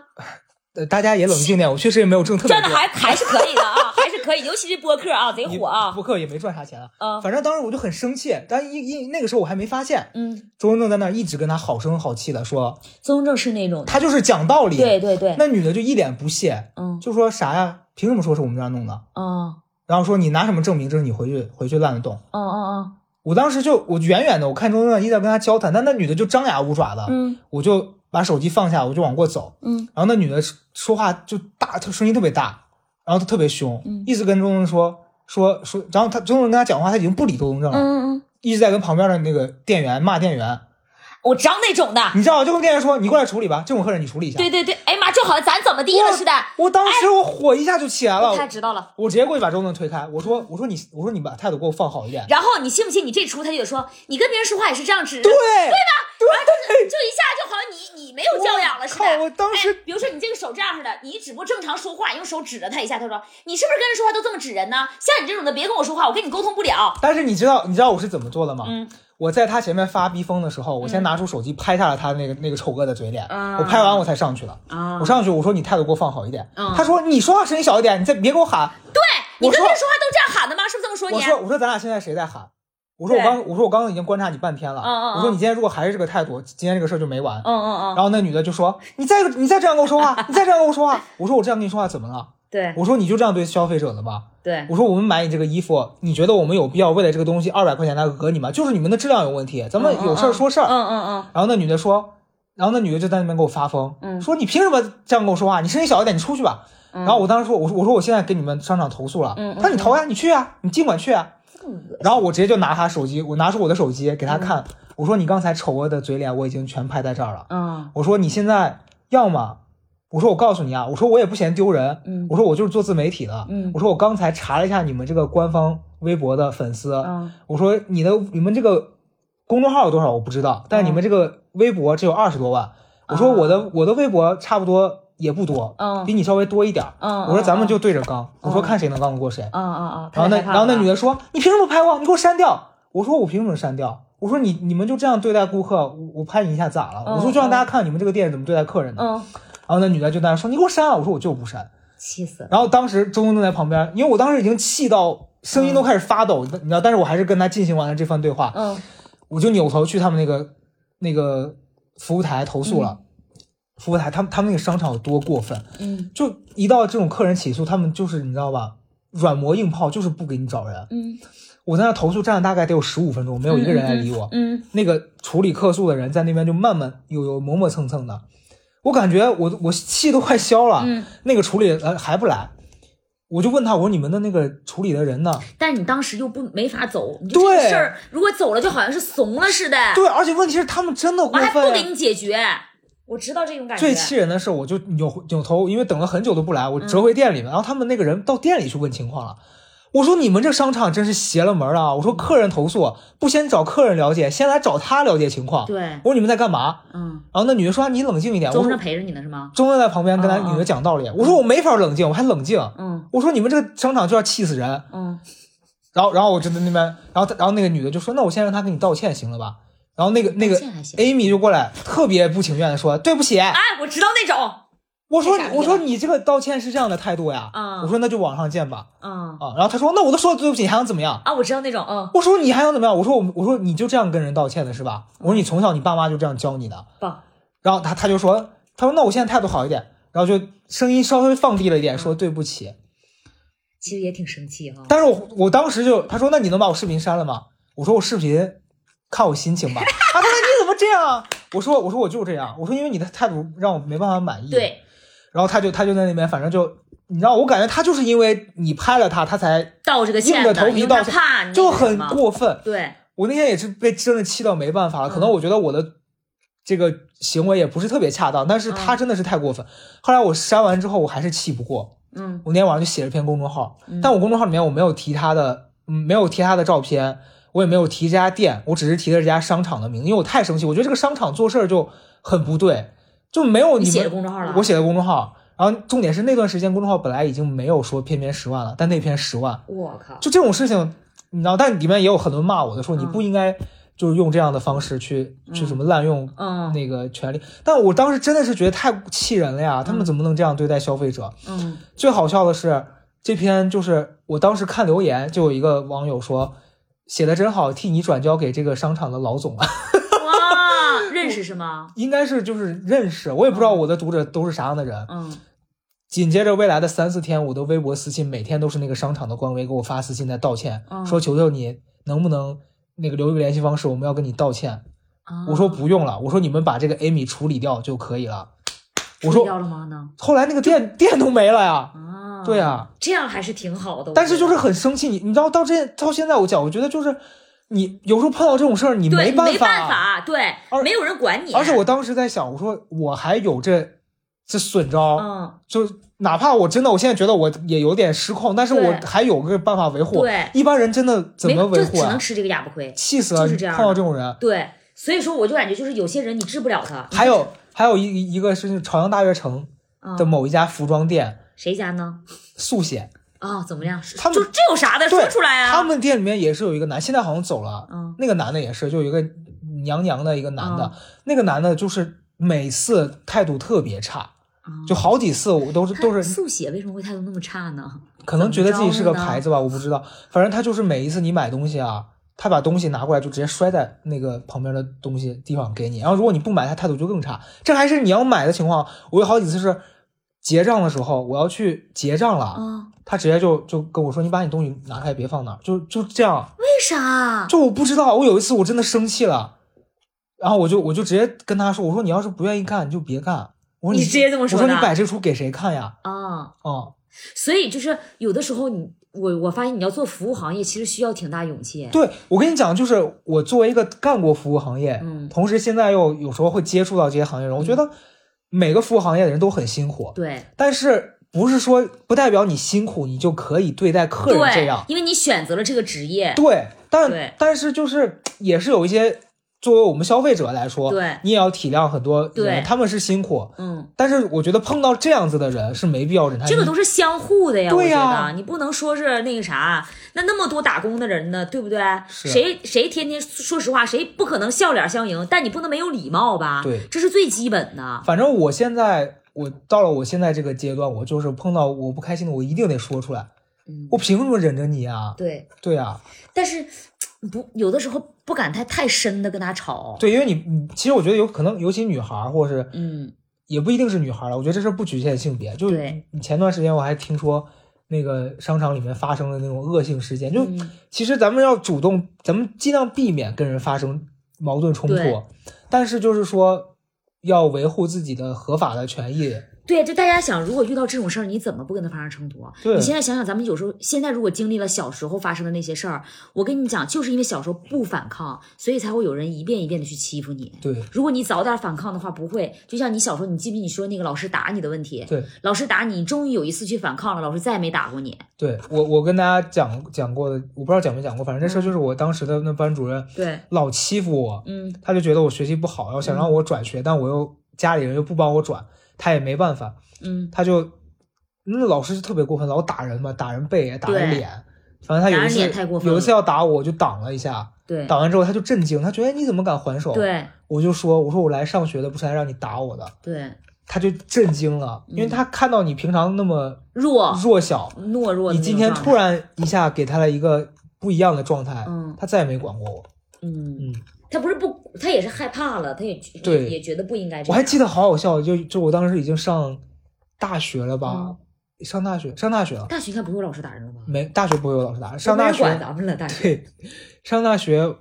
呃大家也冷静点，我确实也没有挣特别
赚的
多，
还还是可以的啊，还是可以，尤其是播客啊，贼火啊，
博客也没赚啥钱啊。
嗯
反正当时我就很生气，但一一那个时候我还没发现，
嗯，
周文正在那儿一直跟他好声好气的说，
宗正是那种，
他就是讲道理。
对对对，
那女的就一脸不屑，
嗯
就说啥呀？凭什么说是我们这儿弄的？
啊
然后说你拿什么证明这是你回去回去烂的洞？
啊啊
我当时就我远远的我看周正一直在跟他交谈，但那女的就张牙舞爪的，
嗯
我就把手机放下，我就往过走。
嗯
然后那女的说话就大，她声音特别大，然后她特别凶，
嗯
一直跟周正说说说，然后他周正跟他讲话，他已经不理周正正
嗯
了，
嗯嗯，
一直在跟旁边的那个店员骂店员，
我招那种的，
你知道，就跟店员说你过来处理吧，这种客人你处理一下。
对对对，哎妈，就好像咱怎么地了似的，哎
我当时我火一下就起来了，
他知道了。
我直接过去把周正推开，我说我说你我说你把态度给我放好一点。
然后你信不信？你这出他就得说，你跟别人说话也是这样指，
对
就
对
一下啊就好像你你没有教养了似的。
靠我当时
哎，比如说你这个手这样似的，你只不过正常说话，用手指着他一下，他说你是不是跟人说话都这么指人呢？像你这种的，别跟我说话，我跟你沟通不了。
但是你知道你知道我是怎么做的吗？
嗯
我在他前面发逼疯的时候，我先拿出手机拍下了他那个那个丑恶的嘴脸，
啊
我拍完我才上去了。
啊
我上去我说你态度给我放好一点，
嗯
他说你说话声音小一点，你再别给我喊。
对你
我
跟
说
别人说话都这样喊的吗？是不是这么说
我
你？
说我说咱俩现在谁在喊？我说我
对
刚我说我刚刚已经观察你半天了，
嗯嗯嗯
我说你今天如果还是这个态度，今天这个事儿就没完。
嗯嗯嗯，
然后那女的就说：“你再你再这样跟我说话，你再这样跟我说话。”我说：“我这样跟你说话怎么了？
对
我说你就这样对消费者的吗？
对
我说我们买你这个衣服，你觉得我们有必要为了这个东西二百块钱来讹你吗？就是你们的质量有问题，咱们有事儿说事儿。
嗯嗯嗯，
然后那女的说，然后那女的就在那边给我发疯，
嗯
说你凭什么这样跟我说话？你声音小一点，你出去吧。
嗯
然后我当时说，我说我说我现在跟你们商场投诉了。
嗯嗯
他说你投呀，你去啊，你尽管去啊。
嗯
然后我直接就拿他手机，我拿出我的手机给他看，我说你刚才丑恶的嘴脸我已经全拍在这儿了。
嗯
我说你现在要么，我说我告诉你啊，我说我也不嫌丢人，
嗯
我说我就是做自媒体的，
嗯
我说我刚才查了一下你们这个官方微博的粉丝，
嗯
我说你的你们这个公众号有多少我不知道，但是你们这个微博只有二十多万，我说我的我的微博差不多也不多，
嗯
比你稍微多一点儿，
嗯
我说咱们就对着刚，我说
嗯
看谁能刚得过谁，
嗯嗯嗯，
然后那然后那女
的，
的说：“你凭什么拍我？你给我删掉！”我说：“我凭什么删掉？”我说你：“你们就这样对待顾客，我我拍你一下咋了？”
嗯
我说：“就让大家看你们这个店是怎么对待客人的。
嗯，
然后那女的就在那说：“你给我删啊！”我说：“我就不删。
气死”了，
然后当时周冬正在旁边，因为我当时已经气到声音都开始发抖，你知道，但是我还是跟他进行完了这番对话，
嗯
我就扭头去他们那个那个服务台投诉了。服务台，他们他们那个商场有多过分？
嗯
就一到这种客人起诉，他们就是你知道吧，软磨硬泡，就是不给你找人。
嗯
我在那投诉站了大概得有十五分钟，没有一个人来理我。
嗯
那个处理客诉的人在那边就慢慢有有磨磨蹭蹭的，我感觉我我气都快消了。
嗯，
那个处理呃还不来，我就问他，我说你们的那个处理的人呢？
但是你当时又不没法走，你就这个
对
事儿如果走了，就好像是怂了似的，
对，而且问题是他们真的过
完还
分
不给
呀。
你解决，
我知道这种感觉。
最气人的是，我就扭扭头，因为等了很久都不来，
嗯
我折回店里面，然后他们那个人到店里去问情况了。我说你们这商场真是邪了门了啊！我说客人投诉不先找客人了解，先来找他了解情况。
对，
我说你们在干嘛？
嗯，
然后那女的说啊你冷静一点。我
周
说
正陪着你呢是吗？
中正在旁边跟他
嗯嗯
女的讲道理。我说我没法冷静，我还冷静。
嗯
我说你们这个商场就要气死人。
嗯，
然后然后我就在那边，然后他然后那个女的就说那我先让他给你道歉行了吧？然后那个那个哎
道歉还行
Amy 就过来特别不情愿的说对不起。
哎，我知道那种，
我说
太傻逼了
我说你这个道歉是这样的态度呀，
嗯
我说那就网上见吧
嗯
啊，然后他说那我都说了对不起，你还想怎么样？
啊，我知道那种，嗯，
我说你还想怎么样？我说我我说你就这样跟人道歉的是吧？我说你从小你爸妈就这样教你的，
棒，
然后他他就说他说那我现在态度好一点，然后就声音稍微放低了一点，说对不起。
其实也挺生气哈、
但是我我当时就他说那你能把我视频删了吗？我说我视频看我心情吧。他说那你怎么这样啊？我说我说我就这样，我说因为你的态度让我没办法满意。
对，
然后他就他就在那边，反正就你知道，我感觉他就是因为你拍了他，他才
道这个
硬
歉
着
的，
头
因
皮
为他
道歉
怕你
就
那个什
很
么
过分。
对，
我那天也是被真的气到没办法了，可能我觉得我的这个行为也不是特别恰当，但是他真的是太过分。后来我删完之后，我还是气不过，
嗯
我那天晚上就写了篇公众号，但我公众号里面我没有提他的，嗯没有提他的照片，我也没有提这家店，我只是提了这家商场的名字，因为我太生气，我觉得这个商场做事儿就很不对，就没有你
你
们
写的公众号了啊
我写的公众号。然后重点是那段时间公众号本来已经没有说篇篇十万了，但那篇十万，
我靠，
就这种事情，你知道，但里面也有很多人骂我的，说你
嗯
不应该就是用这样的方式去、去什么滥用
嗯
那个权利。但我当时真的是觉得太气人了呀，他们怎么能这样对待消费者？
嗯
最好笑的是，这篇就是我当时看留言，就有一个网友说。写的真好，替你转交给这个商场的老总啊，
哇，认识是吗？
应该是就是认识，我也不知道我的读者都是啥样的人。
嗯，
紧接着未来的三四天，我的微博私信每天都是那个商场的官微给我发私信在道歉，
嗯
说求求你能不能那个留一个联系方式，我们要跟你道歉。
啊
我说不用了，我说你们把这个 Amy 处理掉就可以了。我
处理
说
掉了吗呢？
后来那个店店都没了呀，
啊，
对呀、
这样还是挺好的。我
但是
觉
就
得
是很生气，你你知道到这到现在我讲，我觉得就是你有时候碰到这种事儿，你
对，
没
没
办
办
法，
法，对
而，
没有人管你，
而且我当时在想，我说我还有这这损招，
嗯，
就哪怕我真的，我现在觉得我也有点失控，但是
对
我还有个办法维
嗯
护。
对
一般人真的怎
没
么
有
维
就
护
只
啊
能？吃这个哑巴亏，
气死了！
就是这样的嗯
碰到这种人，
对，所以说我就感觉就是有些人你治不了他，
还有还有一一个是朝阳大悦城
嗯
的某一家服装店
谁家呢？
速写，
啊，怎么样？是
他们
就这有啥的，
对
说出来啊。
他们店里面也是有一个男，现在好像走了，
嗯
那个男的也是，就有一个娘娘的一个男的，那个男的就是每次态度特别差，
嗯
就好几次我都是
他
都是
速写为什么会态度那么差呢？
可能觉得自己是个
怎么着呢
牌子吧，我不知道。反正他就是每一次你买东西啊，他把东西拿过来就直接摔在那个旁边的东西地方给你。然后如果你不买，他态度就更差。这还是你要买的情况。我有好几次是结账的时候，我要去结账了，
啊，
他直接就就跟我说：“你把你东西拿开，别放那儿。”就就这样。
为啥？
就我不知道，我有一次我真的生气了，然后我就我就直接跟他说：“我说你要是不愿意干，你就别干。”我说
你直接这么
我
说
说你
的
摆这出给谁看呀？
啊，
啊、
所以就是有的时候你我我发现你要做服务行业，其实需要挺大勇气。
对，我跟你讲，就是我作为一个干过服务行业，
嗯
同时现在又有时候会接触到这些行业人，我觉得每个服务行业的人都很辛苦，
对
但是不是说不代表你辛苦你就可以对待客人这
对
样，？
因为你选择了这个职业，
对，但
对
但是就是也是有一些作为我们消费者来说，
对
你也要体谅很多人，
对
他们是辛苦，
嗯，
但是我觉得碰到这样子的人是没必要忍他。
这个都是相互的呀。
哎对呀
我觉得你不能说是那个啥，那那么多打工的人呢，对不对？
是
谁谁天天说实话，谁不可能笑脸相迎？但你不能没有礼貌吧？
对
这是最基本的。
反正我现在，我到了我现在这个阶段，我就是碰到我不开心的，我一定得说出来。
嗯
我凭什么忍着你啊？
对，
对啊，
但是不有的时候不敢太太深的跟他吵。
对，因为你，你其实我觉得有可能，尤其女孩儿，或者是
嗯，
也不一定是女孩儿了。我觉得这事儿不局限性别。就
对
你前段时间我还听说那个商场里面发生的那种恶性事件，就、
嗯
其实咱们要主动，咱们尽量避免跟人发生矛盾冲突
对，
但是就是说要维护自己的合法的权益，
对，就大家想，如果遇到这种事儿，你怎么不跟他发生冲突啊？
对
你现在想想，咱们有时候现在如果经历了小时候发生的那些事儿，我跟你讲，就是因为小时候不反抗，所以才会有人一遍一遍的去欺负你。
对
如果你早点反抗的话，不会。就像你小时候，你记不记得你说那个老师打你的问题？
对
老师打你，你终于有一次去反抗了，老师再也没打过你。
对，我我跟大家讲讲过的，我不知道讲没讲过，反正这事儿就是我当时的那班主任
对，
老欺负我，
嗯
他就觉得我学习不好，然后想让我转学，但我又家里人又不帮我转，他也没办法，
嗯，
他就那老师就特别过分，老打人嘛，打人背，啊打人
对
脸，反正他有
打
一
人脸太过
次
分
有一次
了
要打我，我就挡了一下，
对
挡完之后他就震惊，他觉得哎你怎么敢还手？，
对
我就说我说我来上学的，不是来让你打我的，
对，
他就震惊了，因为
嗯
他看到你平常那么
弱
弱小，
懦弱的那种状态。
你今天突然一下给他了一个不一样的状态，
嗯
他再也没管过我。
嗯，
嗯，
他不是不，他也是害怕了，他也
对
也也觉得不应该这样。
我还记得好好笑，就就我当时已经上大学了吧，
嗯
上大学上大学了，啊
大学应该不会有老师打人了吧？
没大学不会有老师打，上大
都没人管
学
咱们了，大学。
对，上大学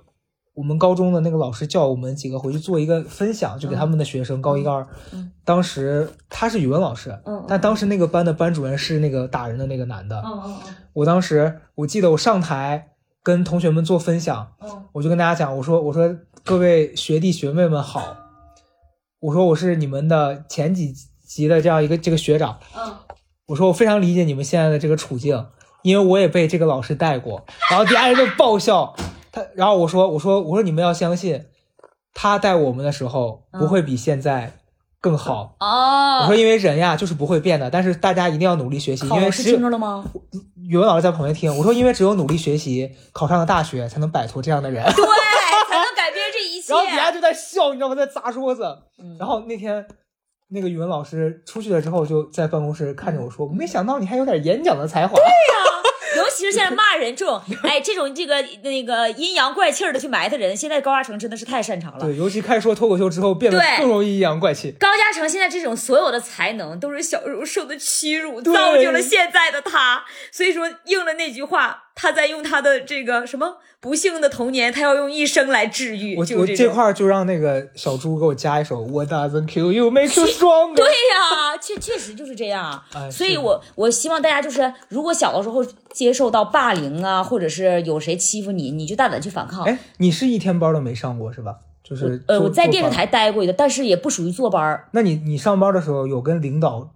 我们高中的那个老师叫我们几个回去做一个分享，就给他们的学生、高一高二，
嗯
当时他是语文老师，
嗯
但当时那个班的班主任是那个打人的那个男的，
嗯嗯
我当时我记得我上台跟同学们做分享，
嗯
我就跟大家讲，我说我说各位学弟学妹们好，我说我是你们的前几级的这样一个这个学长，
嗯
我说我非常理解你们现在的这个处境，因为我也被这个老师带过。然后底下人就爆笑，他，然后我说我说我说你们要相信，他带我们的时候不会比现在更好。
嗯。哦
我说因为人呀就是不会变的，但是大家一定要努力学习，因为
考试
只有
听着了 吗？
语文老师在旁边听，我说因为只有努力学习，考上了大学才能摆脱这样的人。
对，才能改变这一切
然后底下就在笑，你知道吗？在砸桌子。
嗯
然后那天那个语文老师出去了之后，就在办公室看着我说：“
嗯
我没想到你还有点演讲的才华。”
尤其是现在骂人这种，哎，这种这个那个阴阳怪气儿的去埋汰人，现在高大成真的是太擅长了。
对，尤其开始说脱口秀之后，变得
对
更容易阴阳怪气。
高嘉诚现在这种所有的才能，都是小时候受的屈辱，
对
造就了现在的他。所以说，应了那句话，他在用他的这个什么不幸的童年，他要用一生来治愈。
我
就
我
是
这
种
块儿就让那个小猪给我加一首 What doesn't kill you make you stronger。
对呀、确确实就是这样。
哎
所以
是的
我我希望大家就是，如果小的时候接受到霸凌啊，或者是有谁欺负你，你就大胆去反抗。
哎，你是一天班都没上过是吧？就是
呃，
做
我在电视。
做班
台待过一段，但是也不属于坐班儿，
那你你上班的时候有跟领导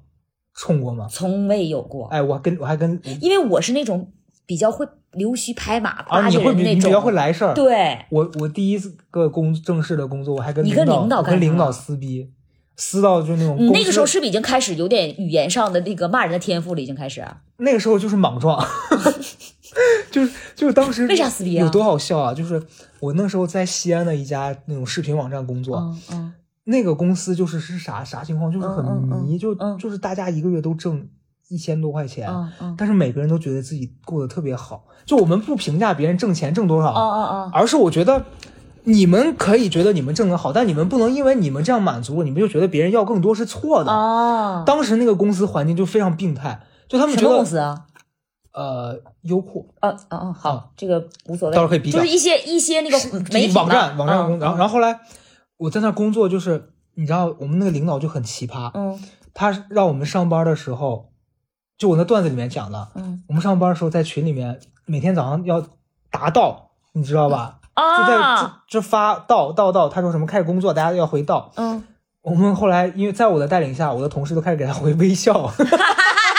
冲过吗？
从未有过。
哎，我还跟我还跟，
因为我是那种比较会溜须拍马、
啊，
巴
你
结
会
人
比
的那
你比
种。
较会来 事儿。
对，
我我第一次个工正式的工作，我还跟
你
领
跟
导
领导
我
干
跟领
啥
导撕逼，撕到就那种
你
公
那个
司
时候是不是已经开始有点语言上的那个骂人的天赋了？已经开始。啊
那个时候就是 莽撞，就是就是当时
为啥撕逼啊
有多好笑啊！就是我那时候在西安的一家那种视频网站工作，
嗯嗯
那个公司就是是啥啥情况，就是很
嗯嗯
迷，就、
嗯
就是大家一个月都挣一千多块钱，
嗯嗯。
但是每个人都觉得自己过得特别好。就我们不评价别人挣钱挣多少，
哦哦哦，
而是我觉得你们可以觉得你们挣得好，但你们不能因为你们这样满足了，你们就觉得别人要更多是错的。
哦，
当时那个公司环境就非常病态，就他们
什
觉
么公
得
司啊？
呃，优酷
哦哦哦，
啊
好，这个无所谓，
到时候可以比较
就是一些一些那个媒体嗯
网站网站
工
工，然后然后后来我在那儿工作，就是你知道我们那个领导就很奇葩，
嗯
他让我们上班的时候，就我那段子里面讲的，
嗯
我们上班的时候在群里面每天早上要答到，你知道吧？就在
啊，
就就发到到到，他说什么开始工作，大家要回到。
嗯，
我们后来因为在我的带领下，我的同事都开始给他回微笑，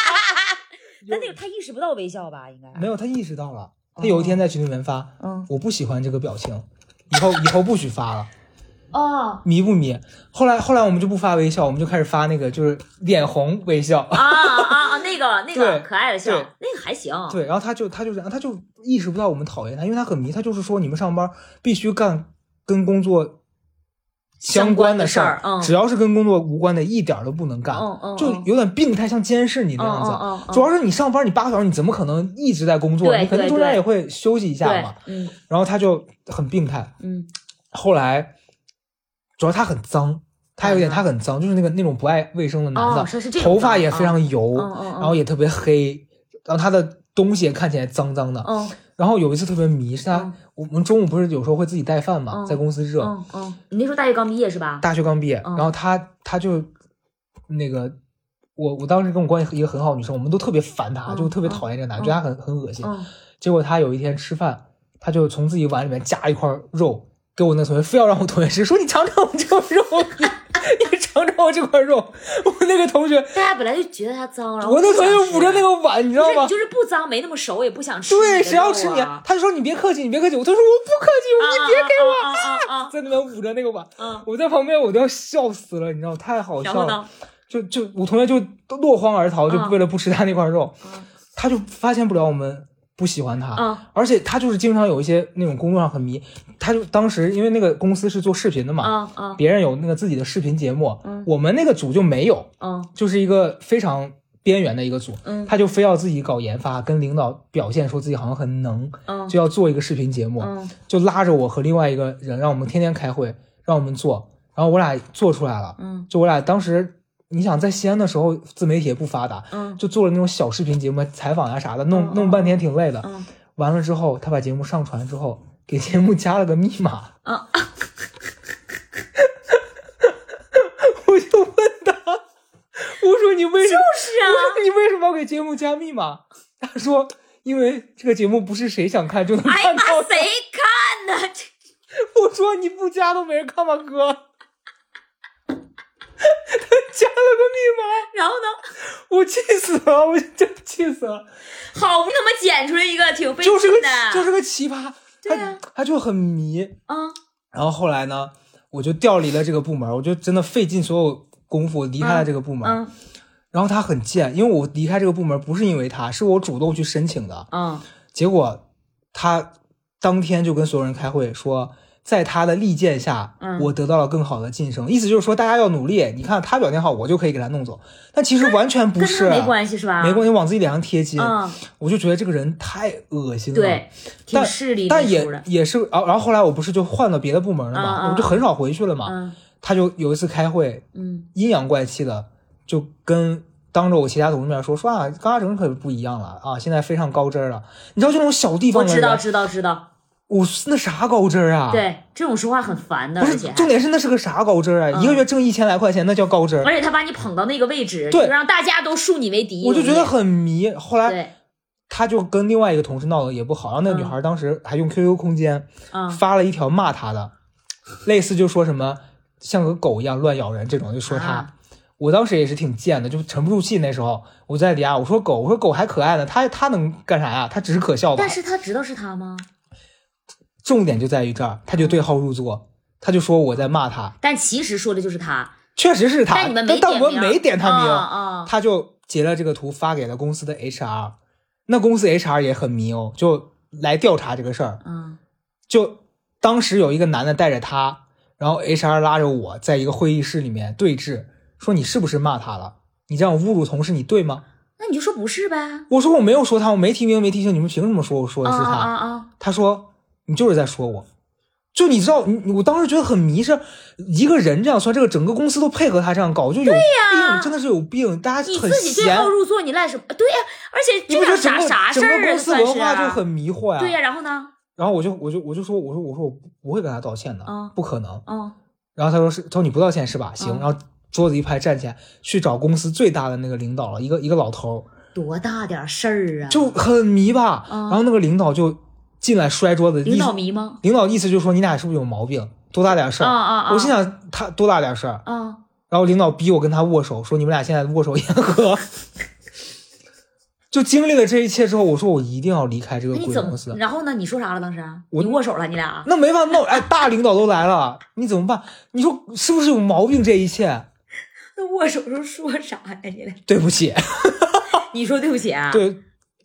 那那个他意识不到微笑吧？应该
没有他意识到了，他有一天在群里面发，
嗯
我不喜欢这个表情，以后以后不许发了。
哦
迷不迷？后来后来我们就不发微笑，我们就开始发那个就是脸红微笑。
啊啊啊，那个那个
对
可爱的
对
笑，那个还行，嗯
对，然后他就他就这样，他就意识不到我们讨厌他，因为他很迷，他就是说你们上班必须干跟工作相关的
相关的
儿，
事儿嗯
只要是跟工作无关的，一点儿都不能干，
嗯嗯
就
嗯
有点病态，像监视你那样子。
嗯嗯嗯嗯
主要是你上班你八个小时，你怎么可能一直在工作？
对
你肯定
对
中间
对
也会休息一下
对
嘛。，
嗯
然后他就很病态，
嗯
后来主要他很脏，他有点
嗯
他很脏，就是那个那种不爱卫生的男的，
哦是是这种
头发
脏
也非常油，
嗯嗯嗯
然后也特别黑，然后他的东西也看起来脏脏的。
嗯
然后有一次特别迷，是他、
嗯
我们中午不是有时候会自己带饭嘛，
嗯
在公司热，
嗯嗯，你那时候大学刚毕业是吧？
大学刚毕业，
嗯
然后他他就那个我我当时跟我关系一个很好的女生，我们都特别烦她，
嗯
就特别讨厌这个男的，
嗯
觉得他很很恶心。
嗯
结果他有一天吃饭，他就从自己碗里面夹一块肉给我那同学，非要让我同学吃，说你尝尝我这块肉，你你尝尝我这块肉。 我那个同学，
大家本来就觉得它脏，然后
我那
不
同
想
学
吃
捂着那个碗，你知
不
道
是
吗
你？就是不脏，没那么熟，也不想吃你的肉啊。
对，谁要吃你？他就说你别客气，你别客气。我他说我不客气，我你别给我。
啊啊啊啊！
在那边捂着那个碗，
嗯
我在旁边我都要笑死了，你知道，太好
然
笑
后
了
呢。？
就就我同学就落荒而逃，就
嗯
为了不吃他那块肉，
嗯
他就发现不了我们不喜欢他，
嗯
而且他就是经常有一些那种工作上很迷，他就当时因为那个公司是做视频的嘛，
嗯嗯
别人有那个自己的视频节目，
嗯
我们那个组就没有，
嗯
就是一个非常边缘的一个组，
嗯
他就非要自己搞研发，跟领导表现说自己好像很能，
嗯
就要做一个视频节目，
嗯
就拉着我和另外一个人，让我们天天开会，让我们做，然后我俩做出来了。
嗯
就我俩当时，你想在西安的时候，自媒体也不发达，
嗯
就做了那种小视频节目，采访呀、啊啥的，
嗯
弄
嗯
弄半天挺累的。
嗯
完了之后，他把节目上传之后，给节目加了个密码。
嗯，
我就问他，我说你为什么？
是啊，
我 说你为什么要给节目加密码？他说，因为这个节目不是谁想看就能
哎呀
看
妈
到。，
谁看呢？ 这
我说你不加都没人看吧，哥。 他加了个密
然后呢？
码，我气死了，我真气死了，
好不容易他妈捡出来一个挺费
就是
劲
个
的，
就是个奇葩，
对啊
他他就很迷，
嗯
然后后来呢，我就调离了这个部门，我就真的费尽所有功夫离开了这个部门。
嗯
然后他很贱，因为我离开这个部门不是因为他，是我主动去申请的。
嗯
结果他当天就跟所有人开会说，在他的力荐下，
嗯
我得到了更好的晋升。意思就是说，大家要努力。你看他表现好，我就可以给他弄走，但其实完全不
跟
是，啊
他没关系是吧？
没关系，往自己脸上贴金。
嗯，
我就觉得这个人太恶心了。
对，挺
但
势利
但
那
也啊
出的，
也是，然后然后后来我不是就换了别的部门了嘛，
嗯嗯
我就很少回去了嘛。
嗯
他就有一次开会，
嗯
阴阳怪气的就跟当着我其他同事面说说啊，高嘉诚可不一样了啊，现在飞上高枝儿了。你知道这种小地
我
方的
知道
人，
知道知道，
我那啥高枝儿啊？，
对，这种说话很烦的，
不
而
是
且还
重点是那是个啥高枝儿啊？
嗯
一个月挣一千来块钱，那叫高枝儿。
而且他把你捧到那个位置，
对
就让大家都树你为第一，
我就觉得很迷。后来
对，
他就跟另外一个同事闹得也不好，然后那个女孩当时还用 QQ 空间
嗯
发了一条骂他的，类似就说什么像个狗一样乱咬人这种，就说他。
啊
我当时也是挺贱的，就沉不住气。那时候我在底下，我说狗，我说狗还可爱呢，它它能干啥呀？它只是可笑吧
但。是他知道是他吗？
重点就在于这儿，他就对号入座，他就说我在骂他，
但其实说的就是他，
确实是他，
但你
但
们没
但我
名
们没点他名，
啊啊，
他就截了这个图发给了公司的 HR，那公司 HR 也很迷哦，就来调查这个事儿。
嗯
就当时有一个男的带着他，然后 HR 拉着我在一个会议室里面对峙，说你是不是骂他了？你这样侮辱同事，你对吗？
那你就说不是呗，啊
我说我没有说他，我没提名没提醒，你们凭什么说我说的是他？
啊啊啊，
他说你就是在说我。就你知道，你我当时觉得很迷，是一个人这样算，这个整个公司都配合他这样搞，就有病，
呀
真的是有病，大家
你
很
自己对
闲
号。入座，你赖什么？对呀，而且
你
这
不觉
点
得整
啥啥
个
事
整
儿
个
啊，
公司
算
文
是
化就
啊
很迷惑呀、
对呀，然后呢？
然后我就我就我就说，我说我说我不会跟他道歉的，
嗯
不可能。
嗯
然后他说是，他说你不道歉是吧？行，
嗯
然后桌子一拍，站起来去找公司最大的那个领导了，一个一个老头儿，
多大点事儿啊？
就很迷吧。
嗯
然后那个领导就进来摔桌子，
领
意
导
思
迷吗？
领导意思就是说你俩是不是有毛病，多大点事
啊
儿？
啊啊！
我心想他多大点事儿，
啊，
然后领导逼我跟他握手，说你们俩现在握手言和。 就经历了这一切之后，我说我一定要离开这个
那
鬼
你怎
公
么
司？。啊
然后呢？你说啥了？当时啊
我
你握手了？你 俩？
那没办法弄，哎，大领导都来了，你怎么办？你说是不是有毛病？这一切，
那握手时候说啥呀？你俩？
对不起，
你说对不起啊？，
对，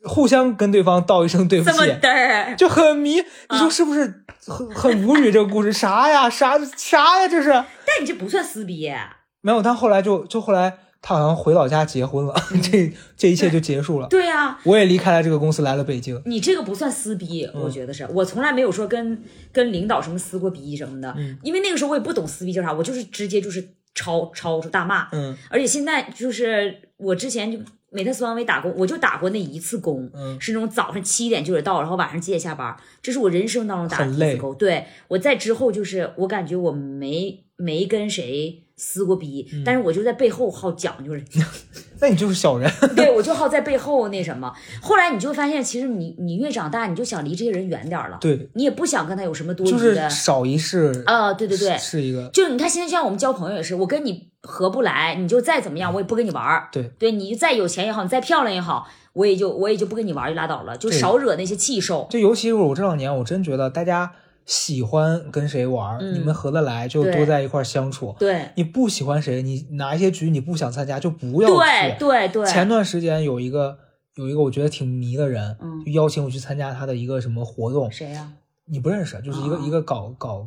互相跟对方道一声对不
这么
起，
嘚儿。
就很迷。你说是不是很很无语？这个故事啥呀？啥啥呀？这是
但你这不算撕逼，啊
没有。他后来就就后来他好像回老家结婚了， 这这一切就结束了。
对呀、啊，
我也离开了这个公司，来了北京。
你这个不算撕逼，
嗯
我觉得是我从来没有说跟跟领导什么撕过逼什么的，
嗯
因为那个时候我也不懂撕逼叫啥，我就是直接就是抄抄出大骂，
嗯
而且现在就是我之前就美特斯邦威打工，我就打过那一次工，
嗯
是那种早上七点就得到，然后晚上七点下班，这是我人生当中打的
很
第一
累
次工。对我在之后就是我感觉我
嗯
没没跟谁撕过逼，但是我就在背后好讲究人家，
那你就是小人。
对，我就好在背后那什么。后来你就发现，其实你你越长大，你就想离这些人远点儿了，
对，
你也不想跟他有什么多余
就
的
是少一事
啊、对对对，
是一个
就是你看，现在就像我们交朋友也是，我跟你合不来，你就再怎么样，我也不跟你玩儿。
嗯对，
对你再有钱也好，你再漂亮也好，我也就我也就不跟你玩儿，就拉倒了，就
对
少惹那些气受。
就尤其是我这两年，我真觉得大家喜欢跟谁玩儿，
嗯
你们合得来就多
对
在一块儿相处。
对，
你不喜欢谁，你哪一些局你不想参加就不要
对，
去。
对，对，
前段时间有一个有一个我觉得挺迷的人，
嗯
就邀请我去参加他的一个什么活动，
谁呀、
你不认识，就是一个、
哦
一个搞搞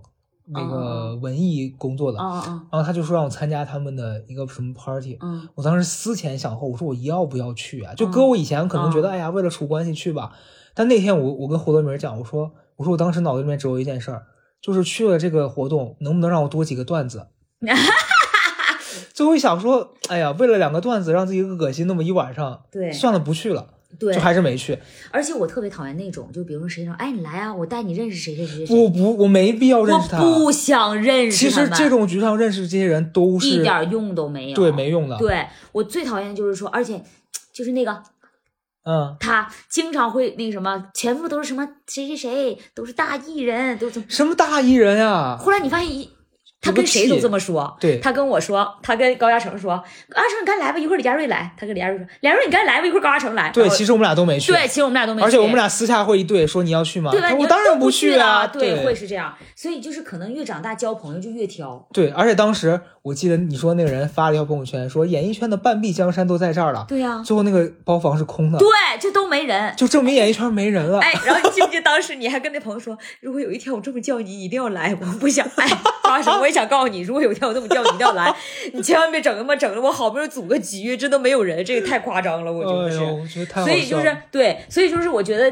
那
哦
个文艺工作的，
啊？啊
然后他就说让我参加他们的一个什么 party，
啊啊！
我当时思前想后，我说我要不要去啊？就
嗯
搁我以前可能觉得，
嗯
哎呀，为了处关系去吧。但那天我我跟胡德明讲，我说我说我当时脑子里面只有一件事儿，就是去了这个活动，能不能让我多几个 段子？最后一想说，哎呀，为了两个段子让自己恶心那么一晚上，
对
算了，不去了，
对
就，还是没去。
而且我特别讨厌那种，就比如说谁说，哎，你来啊，我带你认识谁谁谁谁谁，
我不，我没必要认识他。
不想认识
其
他
实
们
这种局上认识这些人都是
一点儿用都没有。
对没用的。，
对我最讨厌的就是说，而且就是那个
嗯，
他经常会那个什么，全部都是什么谁谁谁，都是大艺人，都是。
什么大艺人啊呀、
后来你发现一，他
有个
跟谁都
气
这么说。
对
他跟我说，他跟高嘉诚说，高嘉诚你赶紧来吧，一会儿李佳瑞来。他跟李佳瑞说，李佳瑞你赶紧来吧，一会儿高嘉诚来。
对，
然后
其实我们俩都没去。
对，其实我们俩都没去。
而且我们俩私下会一对说你要去吗？
对吧？
他说
你
我
们
当
都
然
不
去
啊，
对
会是这样。所以就是可能越长大交朋友就越挑。
对而且当时我记得你说那个人发了一条朋友圈，说演艺圈的半壁江山都在这儿了，
对呀、
最后那个包房是空的，
对，这都没人。
就证明演艺圈没人了。
哎，然后你记不记得当时你还跟那朋友说，如果有一天我这么叫你，你一定要来。我不想来，发生我也想告诉你，如果有一天我这么叫你，一定要来。你千万别整他妈整的我好不容易组个局，真的没有人，这个太夸张了，我觉得
哎
是。
呦，我觉得太好
所以就
笑
是
了
对，所以就是我觉得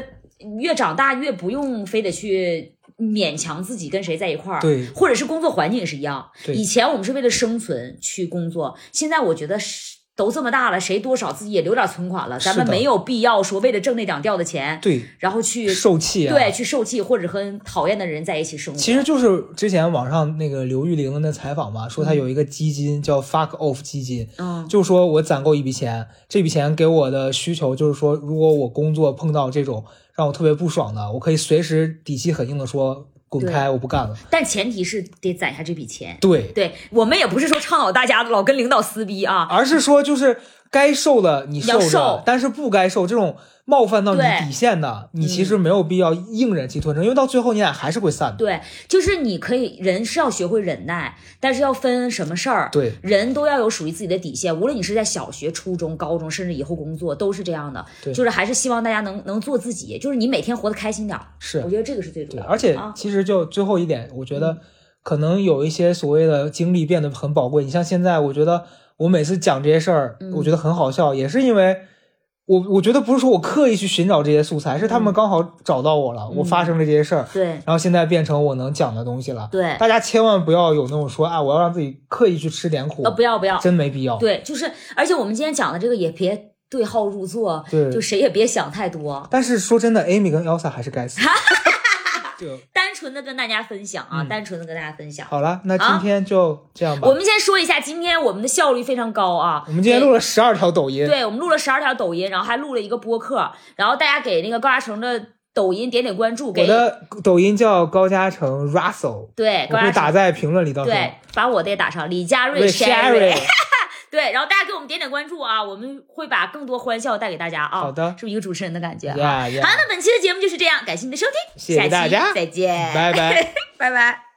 越长大越不用非得去勉强自己跟谁在一块儿，
对
或者是工作环境也是一样。
对
以前我们是为了生存去工作，现在我觉得是都这么大了，谁多少自己也留点存款了，咱
是
们
的
没有必要说为了挣那两吊的钱，
对
然后去
受气啊。
对，去受气或者和讨厌的人在一起生活。
其实就是之前网上那个刘玉玲的那采访嘛，说她有一个基金叫 Fuck Off 基金，
嗯，
就说我攒够一笔钱，这笔钱给我的需求就是说，如果我工作碰到这种让我特别不爽的，我可以随时底气很硬的说滚开，我不干了。
但前提是得攒下这笔钱。
对，
对我们也不是说倡导大家老跟领导撕逼啊，
而是说就是该受的你受
要
着，
受
但是不该受这种冒犯到你
对嗯
底线的，你其实没有必要硬忍气吞声，因为到最后你俩还是会散的。
对，就是你可以，人是要学会忍耐，但是要分什么事儿。
对
人都要有属于自己的底线，无论你是在小学、初中、高中，甚至以后工作，都是这样的。
对
就是还是希望大家能能做自己，就是你每天活得开心点儿。
是
我觉得这个是最重
对，
要的。
而且
啊，
其实就最后一点，我觉得可能有一些所谓的经历变得很宝贵。你像现在，我觉得我每次讲这些事儿，
嗯
我觉得很好笑，也是因为我我觉得不是说我刻意去寻找这些素材，是他
嗯
们刚好找到我了，我发生了这些事儿，
对
然后现在变成我能讲的东西了。
嗯对，
大家千万不要有那种说啊，我要让自己刻意去吃点苦，
呃，不要不要，
真没必要。
对，就是，而且我们今天讲的这个也别对号入座，
对
就谁也别想太多。
但是说真的，Amy 跟 Elsa 还是该死。对，
单纯的跟大家分享啊，单纯的跟大家分享。
嗯好了，那
啊
今天就这样吧。
我们先说一下，今天我们的效率非常高啊。
我们今天录了十二条抖音。
对，我们录了十二条抖音，然后还录了一个播客，然后大家给那个高嘉诚的抖音点点关注，
我
给
的抖音叫高嘉诚 Russell，
对
我
高
会
嘉诚
打在评论里，到时
对
候。
把我的也打上李佳瑞
对
Sherry，
Sherry，
对，然后大家给我们点点关注啊，我们会把更多欢笑带给大家啊。
好的
是不是一个主持人的感觉啊？
呀呀
好，，那本期的节目就是这样，感谢你的收听，
谢谢
下期
大家
再见，
拜拜。
拜拜。